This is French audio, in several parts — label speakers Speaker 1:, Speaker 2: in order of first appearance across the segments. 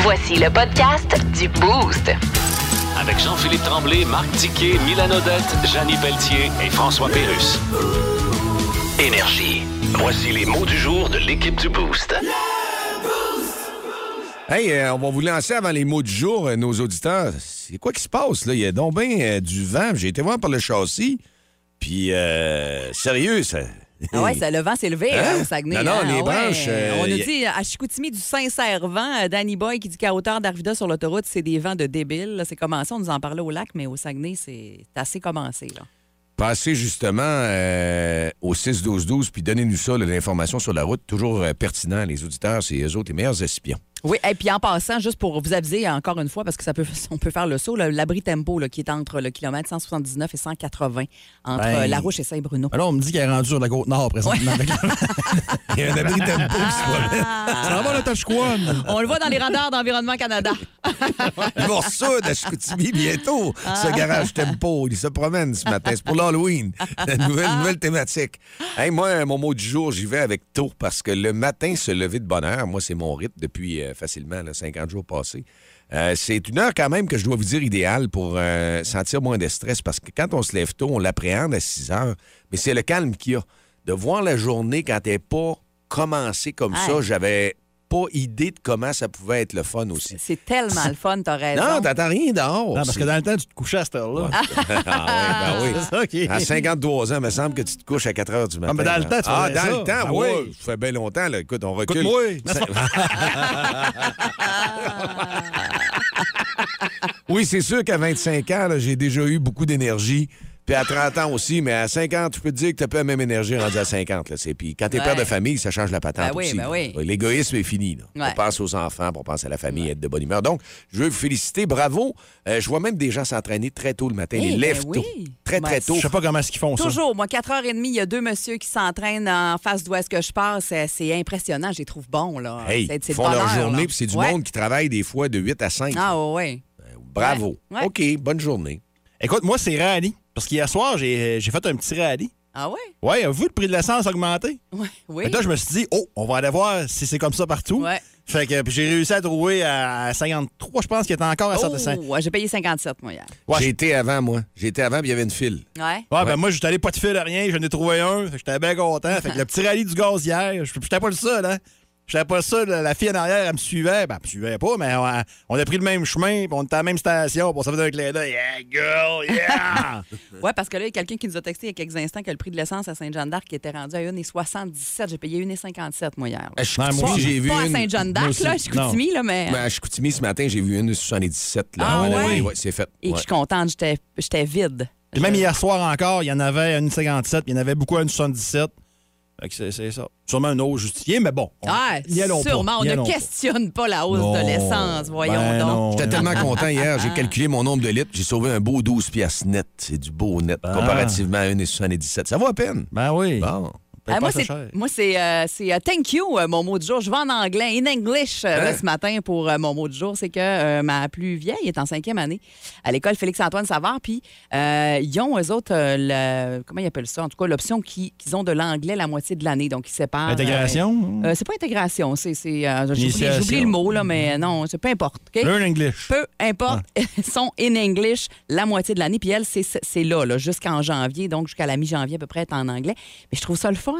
Speaker 1: Voici le podcast du Boost.
Speaker 2: Avec Jean-Philippe Tremblay, Marc Tiquet, Milan Odette, Janine Pelletier et François Pérus. Énergie. Voici les mots du jour de l'équipe du Boost.
Speaker 3: Hey, euh, on va vous lancer avant les mots du jour, euh, nos auditeurs. C'est quoi qui se passe, là? Il y a donc bien euh, du vent. J'ai été voir par le châssis. Puis, euh, sérieux, ça...
Speaker 4: Ah ouais, ça, le vent s'est levé
Speaker 3: Hein?
Speaker 4: hein, au Saguenay.
Speaker 3: Non, non,
Speaker 4: hein,
Speaker 3: les
Speaker 4: ouais.
Speaker 3: branches, euh,
Speaker 4: On
Speaker 3: y
Speaker 4: nous
Speaker 3: a-
Speaker 4: dit à Chicoutimi du sincère vent. euh, Danny Boy qui dit qu'à hauteur d'Arvida sur l'autoroute, c'est des vents de débiles. là. C'est commencé, on nous en parlait au lac, mais au Saguenay, c'est assez commencé. Là.
Speaker 3: Passez justement euh, au 6-12-12, puis donnez-nous ça, là, l'information sur la route. Toujours euh, pertinent, les auditeurs, c'est eux autres les meilleurs espions.
Speaker 4: Oui, et puis en passant, juste pour vous aviser encore une fois, parce que ça peut, on peut faire le saut, là, l'abri tempo là, qui est entre le kilomètre 179 et 180, entre
Speaker 5: Ben,
Speaker 4: euh, La Roche et Saint-Bruno.
Speaker 5: Alors, on me dit qu'elle est rendue sur la côte nord présentement.
Speaker 3: Il y a un abri tempo qui se promène.
Speaker 5: Ça va le Tachouane.
Speaker 4: Ah! On le voit dans les radars d'Environnement Canada.
Speaker 3: Ils vont ressouder à Chicoutimi bientôt, ce garage tempo. Ils se promènent ce matin. C'est pour l'Halloween. La nouvelle, nouvelle thématique. Hey, moi, mon mot du jour, j'y vais avec tôt parce que le matin, se lever de bonne heure, moi, c'est mon rythme depuis euh, facilement là, 50 jours passés. Euh, c'est une heure quand même que je dois vous dire idéale pour euh, sentir moins de stress parce que quand on se lève tôt, on l'appréhende à 6 heures, mais c'est le calme qu'il y a. De voir la journée quand elle n'est pas commencée comme ça,
Speaker 4: Ouais.
Speaker 3: j'avais pas idée de comment ça pouvait être le fun aussi.
Speaker 4: C'est tellement le fun, t'as raison.
Speaker 3: Non, t'attends rien dehors.
Speaker 5: Non, Ah, parce que dans le temps, tu te couchais à cette heure-là.
Speaker 3: Ah oui, ben oui.
Speaker 5: C'est ça qui est-
Speaker 3: À 53 ans, il me semble que tu te couches à 4 heures du matin.
Speaker 5: Ah, mais dans le
Speaker 3: hein.
Speaker 5: temps, tu
Speaker 3: Ah,
Speaker 5: faisais
Speaker 3: dans
Speaker 5: ça.
Speaker 3: le temps,
Speaker 5: Ah
Speaker 3: oui.
Speaker 5: ouais.
Speaker 3: Ça fait bien longtemps, là. Écoute, on recule.
Speaker 5: Écoute-moi.
Speaker 3: Oui, c'est sûr qu'à 25 ans, là, j'ai déjà eu beaucoup d'énergie. Puis à 30 ans aussi, mais à 50, tu peux te dire que t'as pas la même énergie rendue à 50. Là. C'est- Puis quand t'es père
Speaker 4: Ouais.
Speaker 3: de famille, ça change la patente
Speaker 4: Ben oui,
Speaker 3: aussi.
Speaker 4: ben
Speaker 3: là.
Speaker 4: oui.
Speaker 3: L'égoïsme est fini. là. On
Speaker 4: Ouais.
Speaker 3: pense aux enfants, puis on pense à la famille, être de bonne humeur. Donc, je veux vous féliciter. Bravo. Euh, je vois même des gens s'entraîner très tôt le matin.
Speaker 4: Eh,
Speaker 3: les
Speaker 4: ben
Speaker 3: lèvent
Speaker 4: oui.
Speaker 3: tôt. Très,
Speaker 4: Ouais.
Speaker 3: très tôt.
Speaker 5: Je sais pas comment est-ce qu'ils font ça.
Speaker 4: Toujours, moi, 4h30, il y a deux messieurs qui s'entraînent en face d'où est-ce que je passe. C'est- C'est impressionnant, je les trouve bons, là.
Speaker 3: Ah, Hey,
Speaker 4: c'est,
Speaker 3: ils
Speaker 4: c'est
Speaker 3: font
Speaker 4: le
Speaker 3: leur
Speaker 4: bonheur,
Speaker 3: journée,
Speaker 4: là.
Speaker 3: puis c'est du
Speaker 4: Ouais.
Speaker 3: monde qui travaille des fois de 8 à 5.
Speaker 4: Ah, ouais, ouais.
Speaker 3: Bravo.
Speaker 4: ouais, ouais.
Speaker 3: OK, bonne journée.
Speaker 5: Écoute, moi, c'est rallye. Parce qu'hier soir, j'ai euh, j'ai fait un petit rallye.
Speaker 4: Ah, ouais?
Speaker 5: Ouais, avez-vous vu le prix de l'essence augmenter?
Speaker 4: Ouais, oui.
Speaker 5: Fait que là, je me suis dit, oh, on va aller voir si c'est comme ça partout.
Speaker 4: Ouais.
Speaker 5: Fait que puis j'ai réussi à trouver à 53, je pense qu'il était encore à 105.
Speaker 4: Oh, ouais, j'ai payé 57, moi, hier.
Speaker 5: Ouais.
Speaker 3: J'ai été avant, moi. J'ai été avant, puis il y avait une file.
Speaker 4: Ouais.
Speaker 5: Ouais, ben moi, j'étais allé pas de fil à rien, j'en ai trouvé un, fait que j'étais bien content. Fait que le petit rallye du gaz hier, je- j'étais pas le seul, hein. J'étais pas le seul, la la fille en arrière, elle me suivait. Ben, elle me suivait pas, mais on a, on a pris le même chemin, puis on était à la même station, puis on s'est fait un clin d'œil. Yeah, girl, yeah!
Speaker 4: Ouais, parce que là, il y a quelqu'un qui nous a texté il y a quelques instants que le prix de l'essence à Sainte-Jeanne d'Arc était rendu à 1,77. J'ai payé 1,57, moi, hier.
Speaker 3: À Chicoutimi,
Speaker 5: Ouais, moi aussi,
Speaker 3: j'ai vu
Speaker 4: Pas à
Speaker 3: une-
Speaker 4: Sainte-Jeanne
Speaker 5: Moi
Speaker 4: d'Arc,
Speaker 5: aussi.
Speaker 4: là, je suis là, mais.
Speaker 3: Ben, à Chicoutimi, ce matin, j'ai vu une de 77. Là,
Speaker 4: Ah
Speaker 3: À un moment donné,
Speaker 4: ouais?
Speaker 3: c'est fait.
Speaker 4: Et que
Speaker 3: Ouais.
Speaker 4: je suis contente, j'étais, j'étais vide.
Speaker 5: Puis même hier soir encore, il y en avait à 1,57, puis il y en avait beaucoup à 1,77. Fait que c'est- c'est ça. Sûrement un autre justifié, mais bon. on-
Speaker 4: Ah,
Speaker 5: n'y allons pas,
Speaker 4: sûrement, on
Speaker 5: n'y
Speaker 4: ne
Speaker 5: allons pas.
Speaker 4: questionne pas la hausse de
Speaker 5: Non.
Speaker 4: l'essence, voyons
Speaker 5: Ben
Speaker 4: donc.
Speaker 5: non,
Speaker 3: J'étais
Speaker 5: non.
Speaker 3: tellement content hier,
Speaker 4: Ah.
Speaker 3: j'ai calculé mon nombre de litres, j'ai sauvé un beau 12 piastres net. C'est du beau net, comparativement à 1,77. Ça vaut à peine.
Speaker 5: Ben oui.
Speaker 3: Bon.
Speaker 5: Paye
Speaker 4: Ah,
Speaker 5: pas
Speaker 4: moi,
Speaker 5: assez
Speaker 4: c'est,
Speaker 5: cher.
Speaker 4: moi, c'est, euh, c'est, euh, thank you, euh, mon mot du jour. Je vais en anglais, in English, euh,
Speaker 5: Hein?
Speaker 4: là, ce matin pour euh, mon mot du jour. C'est que euh, ma plus vieille est en cinquième année à l'école Félix-Antoine Savard. Puis, euh, ils ont, eux autres, euh, le- comment ils appellent ça? En tout cas, l'option qui- qu'ils ont de l'anglais la moitié de l'année. Donc, ils séparent. euh,
Speaker 5: Intégration?
Speaker 4: euh, c'est pas intégration, c'est. c'est euh, j'oublie,
Speaker 5: Initiation. Mm-hmm.
Speaker 4: j'oublie le mot, là, mais non, c'est peu importe. OK?
Speaker 5: Learn English.
Speaker 4: peu importe, sont in English la moitié de l'année. Puis elle, c'est- c'est là, là jusqu'en janvier, donc jusqu'à la mi-janvier à peu près, elle est en anglais. Mais je trouve ça le fun.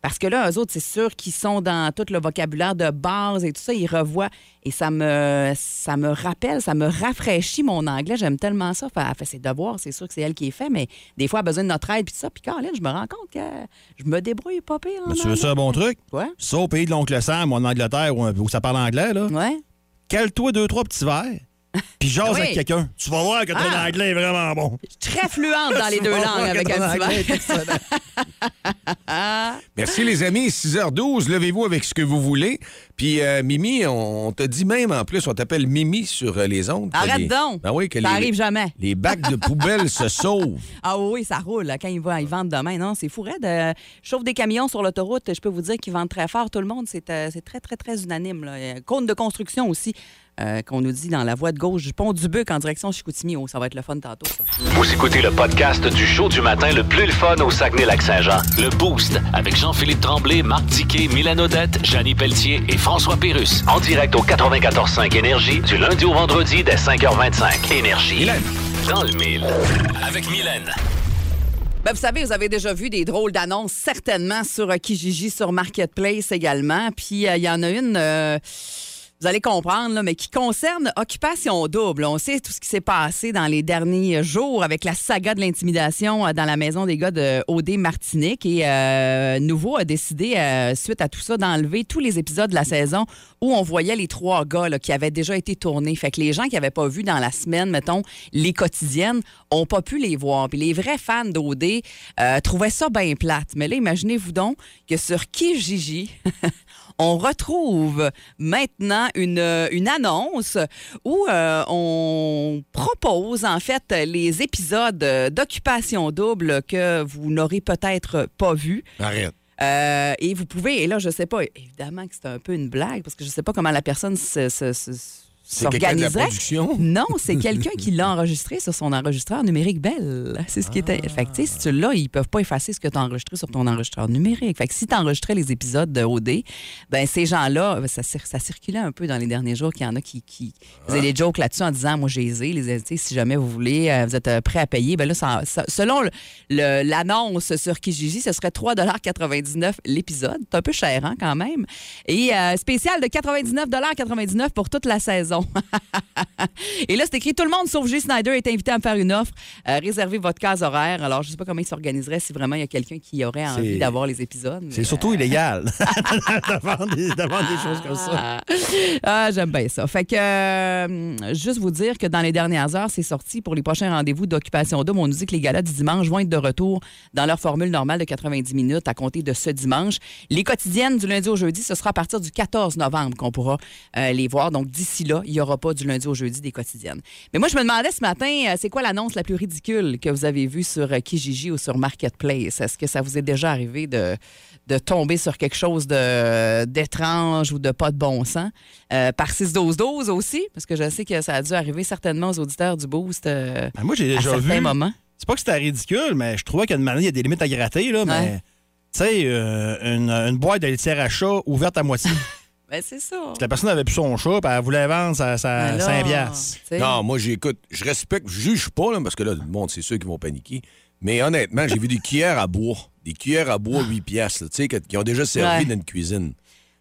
Speaker 4: Parce que là, eux autres, c'est sûr qu'ils sont dans tout le vocabulaire de base et tout ça. Ils revoient. Et ça me, ça me rappelle, ça me rafraîchit mon anglais. J'aime tellement ça. Fait, elle fait ses devoirs. C'est sûr que c'est elle qui les fait, mais des fois, elle a besoin de notre aide. Puis tout ça. Puis Caroline, je me rends compte que je me débrouille pas pire. en
Speaker 5: Mais tu veux
Speaker 4: anglais.
Speaker 5: ça un bon truc?
Speaker 4: Quoi?
Speaker 5: Ça, au pays de l'oncle Sam ou en Angleterre où, où ça parle anglais, là,
Speaker 4: Ouais.
Speaker 5: cale-toi deux, trois petits verres, puis jase
Speaker 4: Oui.
Speaker 5: avec quelqu'un. Tu vas voir que ton
Speaker 4: Ah.
Speaker 5: anglais est vraiment bon.
Speaker 4: Je suis très fluente dans les
Speaker 5: Tu
Speaker 4: deux
Speaker 5: vas voir
Speaker 4: langues
Speaker 5: que
Speaker 4: avec
Speaker 5: ton
Speaker 4: un petit
Speaker 5: anglais
Speaker 4: verre.
Speaker 5: est excellent.
Speaker 3: Merci les amis, 6h12, levez-vous avec ce que vous voulez. Puis euh, Mimi, on, on te dit même en plus, on t'appelle Mimi sur euh, les ondes. que
Speaker 4: Arrête
Speaker 3: les-
Speaker 4: donc.
Speaker 3: Ben oui, que
Speaker 4: Ça
Speaker 3: les-
Speaker 4: arrive jamais.
Speaker 3: Les bacs de poubelle se sauvent.
Speaker 4: Ah oui, ça roule là, quand ils, vont, ils vendent demain. Non, c'est fou, raide. Euh, Je chauffe des camions sur l'autoroute. Je peux vous dire qu'ils vendent très fort. Tout le monde, c'est euh, c'est très, très, très unanime. Là. Euh, Cône de construction aussi. euh, qu'on nous dit dans la voie de gauche du pont du Buc en direction Chicoutimi. Oh, ça va être le fun tantôt, ça.
Speaker 2: Vous écoutez le podcast du show du matin le plus le fun au Saguenay-Lac-Saint-Jean. Le Boost avec Jean-Philippe Tremblay, Marc Tiquet, Milan Odette, Janine Pelletier et François Pérus. En direct au 94.5 Énergie du lundi au vendredi dès 5h25. Énergie. Dans le mille. Avec Mylène.
Speaker 4: Ben, vous savez, vous avez déjà vu des drôles d'annonces, certainement, sur euh, Kijiji, sur Marketplace également. Puis, euh, il y en a une, euh, vous allez comprendre, là, mais qui concerne Occupation Double. On sait tout ce qui s'est passé dans les derniers jours avec la saga de l'intimidation euh, dans la maison des gars de OD Martinique. Et euh, Nouveau a décidé, euh, suite à tout ça, d'enlever tous les épisodes de la saison où on voyait les trois gars là, qui avaient déjà été tournés. Fait que les gens qui n'avaient pas vu dans la semaine, mettons, les quotidiennes, ont pas pu les voir. Puis les vrais fans d'OD euh, trouvaient ça bien plate. Mais là, imaginez-vous donc que sur Kijiji, on retrouve maintenant une, une annonce où euh, on propose en fait les épisodes euh, d'occupation double que vous n'aurez peut-être pas vus.
Speaker 3: Arrête.
Speaker 4: Euh, et vous pouvez, et là, je sais pas, évidemment que c'est un peu une blague, parce que je sais pas comment la personne se- se- se-
Speaker 3: C'est quelqu'un de la
Speaker 4: s'organisait.
Speaker 3: production.
Speaker 4: Non, c'est quelqu'un qui l'a enregistré sur son enregistreur numérique Bell. C'est ce qui était. Fait que, tu sais, si tu l'as, ils peuvent pas effacer ce que tu as enregistré sur ton enregistreur numérique. Fait que si tu enregistrais les épisodes de OD, ben ces gens-là, ben, ça, cir- ça circulait un peu dans les derniers jours qu'il y en a qui, qui faisaient des jokes là-dessus en disant Moi, j'ai les ai, les ai, tu sais, si jamais vous voulez, euh, vous êtes euh, prêt à payer. Ben là, ça- ça- selon le- le- l'annonce sur Kijiji, ce serait 3,99 l'épisode. C'est un peu cher, hein, quand même. Et euh, spécial de 99,99 pour toute la saison. Et là, c'est écrit Tout le monde sauf G. Snyder est invité à me faire une offre. Euh, réservez votre case horaire. Alors, je ne sais pas comment il s'organiserait si vraiment il y a quelqu'un qui aurait envie d'avoir les épisodes. mais,
Speaker 5: C'est surtout illégal de vendre des, de vendre des choses comme ça.
Speaker 4: ah, ah, j'aime bien ça. Fait que, euh, juste vous dire que dans les dernières heures, c'est sorti pour les prochains rendez-vous d'Occupation Double. On nous dit que les galas du dimanche vont être de retour dans leur formule normale de 90 minutes à compter de ce dimanche. Les quotidiennes du lundi au jeudi, ce sera à partir du 14 novembre qu'on pourra euh, les voir. Donc, d'ici là, il n'y aura pas du lundi au jeudi des quotidiennes. Mais moi, je me demandais ce matin, euh, c'est quoi l'annonce la plus ridicule que vous avez vue sur euh, Kijiji ou sur Marketplace? Est-ce que ça vous est déjà arrivé de, de tomber sur quelque chose de- d'étrange ou de pas de bon sens? Euh, par 6-12-12 aussi, parce que je sais que ça a dû arriver certainement aux auditeurs du Boost euh,
Speaker 5: Ben, moi, j'ai
Speaker 4: à
Speaker 5: déjà
Speaker 4: certains
Speaker 5: vu.
Speaker 4: moments.
Speaker 5: C'est pas que c'était ridicule, mais je trouvais qu'à une manière, il y a des limites à gratter, là, mais.
Speaker 4: Ouais.
Speaker 5: Tu sais, euh, une, une boîte de litière à chat ouverte à moitié.
Speaker 4: Ben, c'est ça.
Speaker 5: la personne avait plus son chat, puis elle voulait vendre sa,
Speaker 4: Ben
Speaker 5: sa
Speaker 4: là,
Speaker 5: 5 piastres.
Speaker 4: tu sais.
Speaker 3: Non, moi, j'écoute. Je respecte, je juge pas, là, parce que là, tout le monde, c'est ceux qui vont paniquer. Mais honnêtement, j'ai vu des cuillères à bois. Des cuillères à bois 8 piastres, là, tu sais, que- qui ont déjà servi
Speaker 4: Ouais.
Speaker 3: dans une cuisine.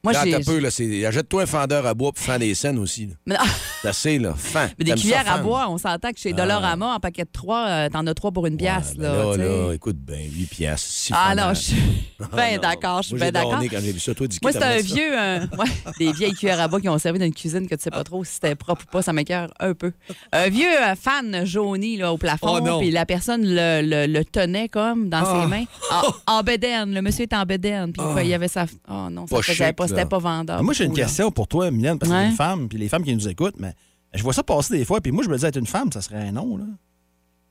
Speaker 4: Moi,
Speaker 3: Là,
Speaker 4: j'ai-
Speaker 3: t'as peu, là, c'est... Achète-toi un fendeur à bois pour faire des scènes aussi. Là.
Speaker 4: Mais non.
Speaker 3: C'est assez, là. Fin.
Speaker 4: Mais des cuillères à bois, on s'entend que chez Dollarama, en paquet de 3, t'en as 3 pour une pièce. là,
Speaker 3: Ah. là,
Speaker 4: tu sais.
Speaker 3: là, écoute, ben, 8 piastres. six
Speaker 4: ah
Speaker 3: fendeurs.
Speaker 4: non, je suis
Speaker 3: Ah,
Speaker 4: bien
Speaker 3: non.
Speaker 4: d'accord, je suis
Speaker 3: Moi,
Speaker 4: bien
Speaker 3: j'ai
Speaker 4: d'accord.
Speaker 3: donné quand j'ai vu ça. Toi, dis
Speaker 4: Moi,
Speaker 3: que
Speaker 4: c'est un
Speaker 3: t'avais ça.
Speaker 4: vieux, euh, ouais, des vieilles cuillères à bois qui ont servi dans une cuisine que tu sais pas trop si c'était propre ou pas, ça m'écœure un peu. Un vieux euh, fan jauni là, au plafond,
Speaker 3: Oh non. Ah.
Speaker 4: puis la personne le, le- le tenait comme dans ses mains, en, en bédaine. Le monsieur était en bédaine, puis il y avait sa. Oh non, ça
Speaker 3: Pas
Speaker 4: faisait
Speaker 3: chic,
Speaker 4: pas, c'était
Speaker 3: là.
Speaker 4: pas vendeur.
Speaker 5: Ah, moi, j'ai une
Speaker 4: Oula.
Speaker 5: question pour toi, Mylène, parce que
Speaker 4: Ouais.
Speaker 5: t'es une femme, puis les femmes qui nous écoutent, mais je vois ça passer des fois, puis moi, je me disais, être une femme, ça serait un nom, là.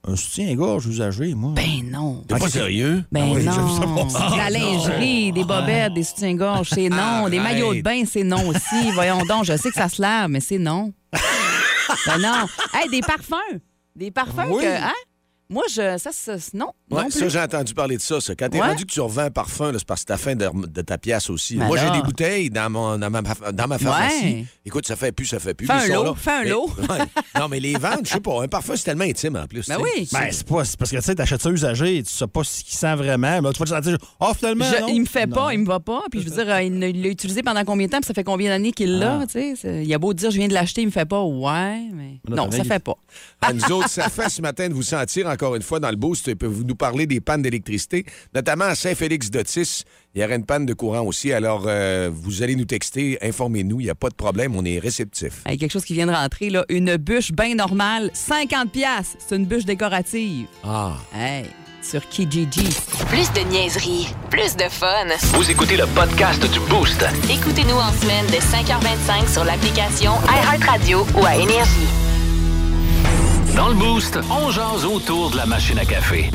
Speaker 5: Un soutien-gorge usagé, moi.
Speaker 4: Ben non.
Speaker 3: T'es pas
Speaker 5: Ah,
Speaker 3: sérieux?
Speaker 4: Ben
Speaker 5: oui, je veux
Speaker 4: non,
Speaker 5: savoir
Speaker 4: c'est
Speaker 5: ça. Ah,
Speaker 4: de la lingerie, des bobettes, des soutiens-gorge, c'est non. Des maillots de bain, c'est non aussi. Voyons donc, je sais que ça se lave, mais c'est non. ben non. Hey, des parfums. Des parfums
Speaker 5: Oui.
Speaker 4: que, hein? Moi, je, ça, ça c'est- non.
Speaker 3: Ouais,
Speaker 4: non plus.
Speaker 3: ça, j'ai entendu parler de ça. ça. Quand t'es
Speaker 4: Ouais.
Speaker 3: rendu que tu revends un parfum, là, c'est parce que t'as faim de, rem- de ta pièce aussi.
Speaker 4: Mais
Speaker 3: Moi, j'ai
Speaker 4: alors?
Speaker 3: des bouteilles dans, mon- dans ma, dans ma pharmacie.
Speaker 4: Ouais.
Speaker 3: Écoute, ça fait plus, ça fait plus.
Speaker 4: Fais
Speaker 3: mais
Speaker 4: un
Speaker 3: ils sont là.
Speaker 4: lot, fais un
Speaker 3: Mais-
Speaker 4: lot.
Speaker 3: Ouais. Non, mais les ventes, je sais pas. Un parfum, c'est tellement intime en plus.
Speaker 4: Ben
Speaker 3: tu sais.
Speaker 4: oui.
Speaker 5: Ben, c'est pas. c'est parce que, tu sais, t'achètes ça usagé, tu sais pas ce qu'il sent vraiment. mais là, tu vas te sentir. Ah, finalement.
Speaker 4: Je-
Speaker 5: non.
Speaker 4: il me fait
Speaker 5: Non.
Speaker 4: pas, il me va pas. Puis je veux dire, euh, il ne- il l'a utilisé pendant combien de temps? Puis ça fait combien d'années qu'il
Speaker 5: Ah.
Speaker 4: l'a? tu sais, c'est- Il a beau dire, je viens de l'acheter, il me fait pas. Ouais, mais.
Speaker 5: Mais là,
Speaker 4: Non,
Speaker 5: t'as
Speaker 4: ça
Speaker 5: bien-
Speaker 4: fait pas.
Speaker 3: À nous autres, ça fait ce matin de vous sentir encore une fois dans le boost. Peut vous nous parler des pannes d'électricité, notamment à Saint-Félix-d'Otis. Il y aura une panne de courant aussi. Alors, euh, vous allez nous texter, informez-nous. Il n'y a pas de problème, on est réceptif.
Speaker 4: Avec quelque chose qui vient de rentrer, là, une bûche bien normale, 50$. piastres. C'est une bûche décorative.
Speaker 3: Ah.
Speaker 4: Hey, sur Kijiji.
Speaker 1: Plus de niaiserie, plus de fun.
Speaker 2: Vous écoutez le podcast du Boost.
Speaker 1: Écoutez-nous en semaine de 5h25 sur l'application iHeartRadio ou à Énergie.
Speaker 2: Dans le Boost, on jase autour de la machine à café.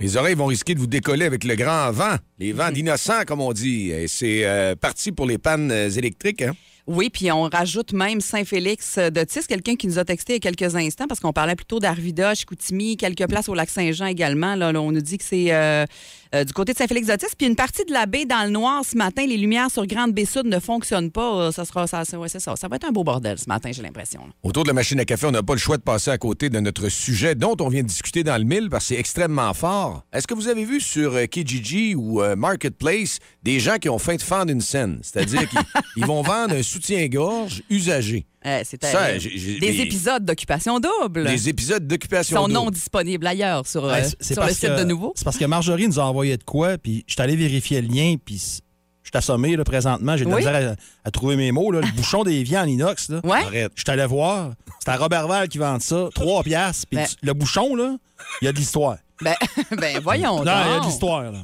Speaker 3: Les oreilles vont risquer de vous décoller avec le grand vent, les vents d'innocents, comme on dit. Et c'est euh, parti pour les pannes euh, électriques. Hein?
Speaker 4: Oui, puis on rajoute même Saint-Félix de Tis, quelqu'un qui nous a texté il y a quelques instants, parce qu'on parlait plutôt d'Arvida, Chicoutimi, quelques places au lac Saint-Jean également. Là, là, on nous dit que c'est euh, euh, du côté de Saint-Félix de Tis. Puis une partie de la baie dans le noir ce matin, les lumières sur Grande baie Sud ne fonctionnent pas. Euh, Ça sera ça, ça- ouais, c'est ça. Ça va être un beau bordel ce matin, j'ai l'impression. là.
Speaker 3: Autour de la machine à café, on n'a pas le choix de passer à côté de notre sujet dont on vient de discuter dans le mille parce que c'est extrêmement fort. Est-ce que vous avez vu sur euh, Kijiji ou euh, Marketplace des gens qui ont faim de fendre une scène? C'est-à-dire qu'ils ils vont vendre un soutien-gorge usagé.
Speaker 4: Euh, c'est
Speaker 3: Ça,
Speaker 4: terrible.
Speaker 3: j'ai- j'ai-
Speaker 4: des
Speaker 3: des-
Speaker 4: épisodes d'occupation double.
Speaker 3: Des épisodes
Speaker 4: Ils sont
Speaker 3: d'occupation
Speaker 4: non
Speaker 3: d'eau.
Speaker 4: disponibles ailleurs sur, euh,
Speaker 5: Ouais, Ben, c'est- c'est
Speaker 4: sur le
Speaker 5: parce
Speaker 4: site
Speaker 5: que-
Speaker 4: de nouveau.
Speaker 5: C'est parce que Marjorie nous a envoyé de quoi, puis je suis allé vérifier le lien, puis c- je suis assommé là, présentement. J'ai de la
Speaker 4: Oui?
Speaker 5: misère à, à trouver mes mots. là. Le bouchon des viands en inox, là.
Speaker 4: Ouais.
Speaker 3: Arrête.
Speaker 5: Je suis allé voir. C'est à Robertval qui vend ça. 3 piastres. Puis
Speaker 4: Ben-
Speaker 5: tu- le bouchon, là, il y a de l'histoire.
Speaker 4: Ben, ben voyons.
Speaker 5: Non, il y a de
Speaker 4: donc.
Speaker 5: l'histoire. là.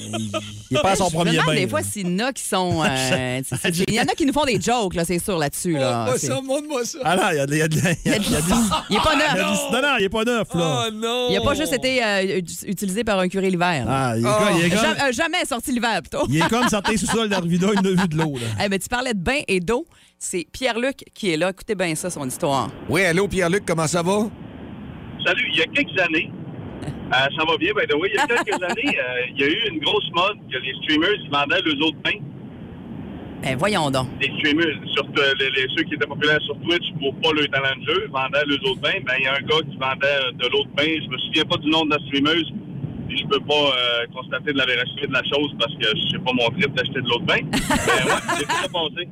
Speaker 5: Il il est pas à son
Speaker 4: Je me
Speaker 5: premier
Speaker 4: demande
Speaker 5: bain.
Speaker 4: des
Speaker 5: là.
Speaker 4: fois s'il y en a qui sont. euh, c'est- c'est- il y en a qui nous font des jokes, là, c'est sûr, là-dessus. Là.
Speaker 6: Oh,
Speaker 4: C'est-
Speaker 3: montre-moi ça.
Speaker 5: Ah non, il y a de il y a de- il y a de- il y a de-
Speaker 4: il n'est pas
Speaker 5: il y a de-
Speaker 4: neuf.
Speaker 5: Non, non, il est pas neuf,
Speaker 4: Oh,
Speaker 5: là.
Speaker 3: non!
Speaker 4: Il n'a pas juste été euh, ut- utilisé par un curé l'hiver. là.
Speaker 5: Ah, il est comme- il est comme-
Speaker 4: Jamais, euh, jamais sorti l'hiver, plutôt.
Speaker 5: il est comme certains sous-sols d'Arvida, il n'a vu de l'eau, là.
Speaker 4: Eh ben, tu parlais de bain et d'eau. C'est Pierre-Luc qui est là. Écoutez bien ça, son histoire.
Speaker 3: Oui, allô, Pierre-Luc, comment ça va?
Speaker 6: Salut, il y a quelques années, euh, ça va bien, by the way, il y a quelques années, euh, il y a eu une grosse mode que les streamers ils vendaient leurs autres pains.
Speaker 4: Ben, voyons donc.
Speaker 6: Les streamers, surtout euh, les, les- ceux qui étaient populaires sur Twitch pour pas le talent de jeu, vendaient leurs autres pains. Ben, il y a un gars qui vendait euh, de l'autre pain. Je me souviens pas du nom de la streameuse. Et je peux pas euh, constater de la véracité de la chose parce que c'est pas mon trip d'acheter de l'autre pain. Mais ouais, j'ai tout ça passé.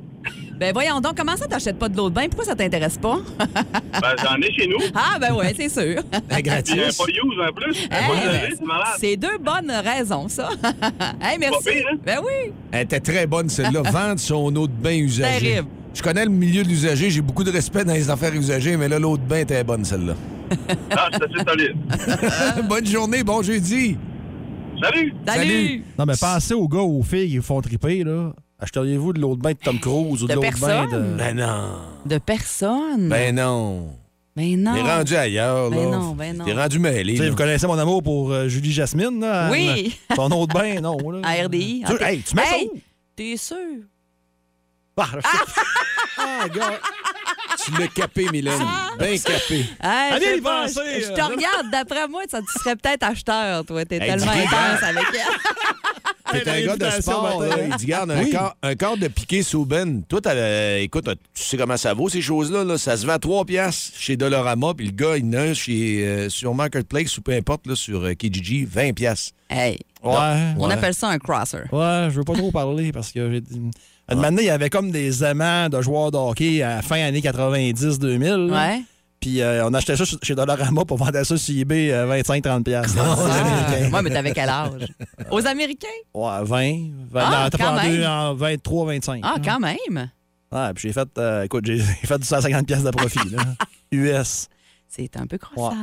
Speaker 4: Ben, voyons donc. Comment ça, t'achètes pas de l'eau de bain? Pourquoi ça t'intéresse pas?
Speaker 6: Ben, j'en ai chez nous.
Speaker 4: ah, ben ouais, c'est sûr.
Speaker 5: Ben,
Speaker 6: Puis, euh,
Speaker 5: gratis.
Speaker 6: pas use en plus.
Speaker 4: Eh,
Speaker 6: Moi,
Speaker 4: ben,
Speaker 6: j'ai- c'est malade.
Speaker 4: c'est deux bonnes raisons, ça. Eh, merci.
Speaker 6: pire, hein?
Speaker 4: Ben oui.
Speaker 3: Elle était très bonne, celle-là. Vendre son eau de bain usagé.
Speaker 4: Terrible.
Speaker 3: Je connais le milieu de l'usager, j'ai beaucoup de respect dans les affaires usagées, mais là, l'eau de bain était bonne, celle-là.
Speaker 6: Ah, c'est assez solide.
Speaker 3: bonne journée, bon jeudi.
Speaker 6: Salut!
Speaker 3: Salut.
Speaker 5: Non, mais pensez aux gars, aux filles qui font triper, là. Acheteriez-vous de l'eau de bain de Tom Cruise ou
Speaker 4: De
Speaker 5: de, l'eau de bain
Speaker 4: personne.
Speaker 5: de.
Speaker 3: Ben non.
Speaker 4: De personne.
Speaker 3: Ben non.
Speaker 4: Mais non.
Speaker 3: T'es rendu ailleurs, là.
Speaker 4: Ben non, ben non.
Speaker 3: T'es rendu mêlé.
Speaker 5: Tu sais,
Speaker 3: là.
Speaker 5: vous connaissez mon amour pour euh, Julie Jasmine, là.
Speaker 4: Oui.
Speaker 5: Euh, Son autre bain, non. Là.
Speaker 4: À RDI.
Speaker 5: Tu,
Speaker 4: En fait-
Speaker 5: hey, tu mets ça
Speaker 4: Hey!
Speaker 5: où?
Speaker 4: T'es sûr?
Speaker 5: Ah, là, ah, gars.
Speaker 3: Tu l'as capé, Mylène.
Speaker 4: Ah!
Speaker 3: Ben capé.
Speaker 4: Hey,
Speaker 5: Allez
Speaker 4: je sais
Speaker 5: y
Speaker 4: pas,
Speaker 5: penser,
Speaker 4: je- Je
Speaker 5: euh,
Speaker 4: te
Speaker 5: non.
Speaker 4: regarde, d'après moi, ça, tu serais peut-être acheteur, toi. T'es
Speaker 3: Hey,
Speaker 4: tellement
Speaker 3: dis-le,
Speaker 4: intense
Speaker 3: hein.
Speaker 4: avec elle.
Speaker 3: T'es
Speaker 5: Hey,
Speaker 3: un
Speaker 5: la
Speaker 3: gars de
Speaker 5: réputation,
Speaker 3: sport,
Speaker 5: matin.
Speaker 3: là. Il dit, garde,
Speaker 5: Oui.
Speaker 3: un, quart, un quart de piqué sous Ben. Toi, t'as, euh, écoute, tu sais comment ça vaut, ces choses-là. Là. Ça se vend à 3 piastres chez Dolorama, puis le gars, il en a un chez, euh, sur Marketplace ou peu importe, là, sur euh, Kijiji, 20 piastres.
Speaker 4: Hey,
Speaker 5: Ouais.
Speaker 4: on
Speaker 3: Ouais.
Speaker 4: appelle ça un crosser.
Speaker 5: Ouais, je veux pas trop parler parce que j'ai dit.
Speaker 4: Ah.
Speaker 5: À un moment donné, il y avait comme des aimants de joueurs de hockey à la fin années 90-2000.
Speaker 4: Ouais.
Speaker 5: Puis euh, on achetait ça ch- chez Dollarama pour vendre ça sur eBay à 25-30$. piastres.
Speaker 4: Ah, ouais, mais t'avais quel âge? Aux Américains?
Speaker 5: Ouais, 20, 20
Speaker 4: Ah,
Speaker 5: dans-
Speaker 4: quand
Speaker 5: en deux-
Speaker 4: même.
Speaker 5: en 23, 25.
Speaker 4: Ah, quand même.
Speaker 5: Ouais, puis j'ai fait, euh, écoute, j'ai j'ai fait du 150$ piastres de profit, là. US.
Speaker 4: C'est un peu crosser.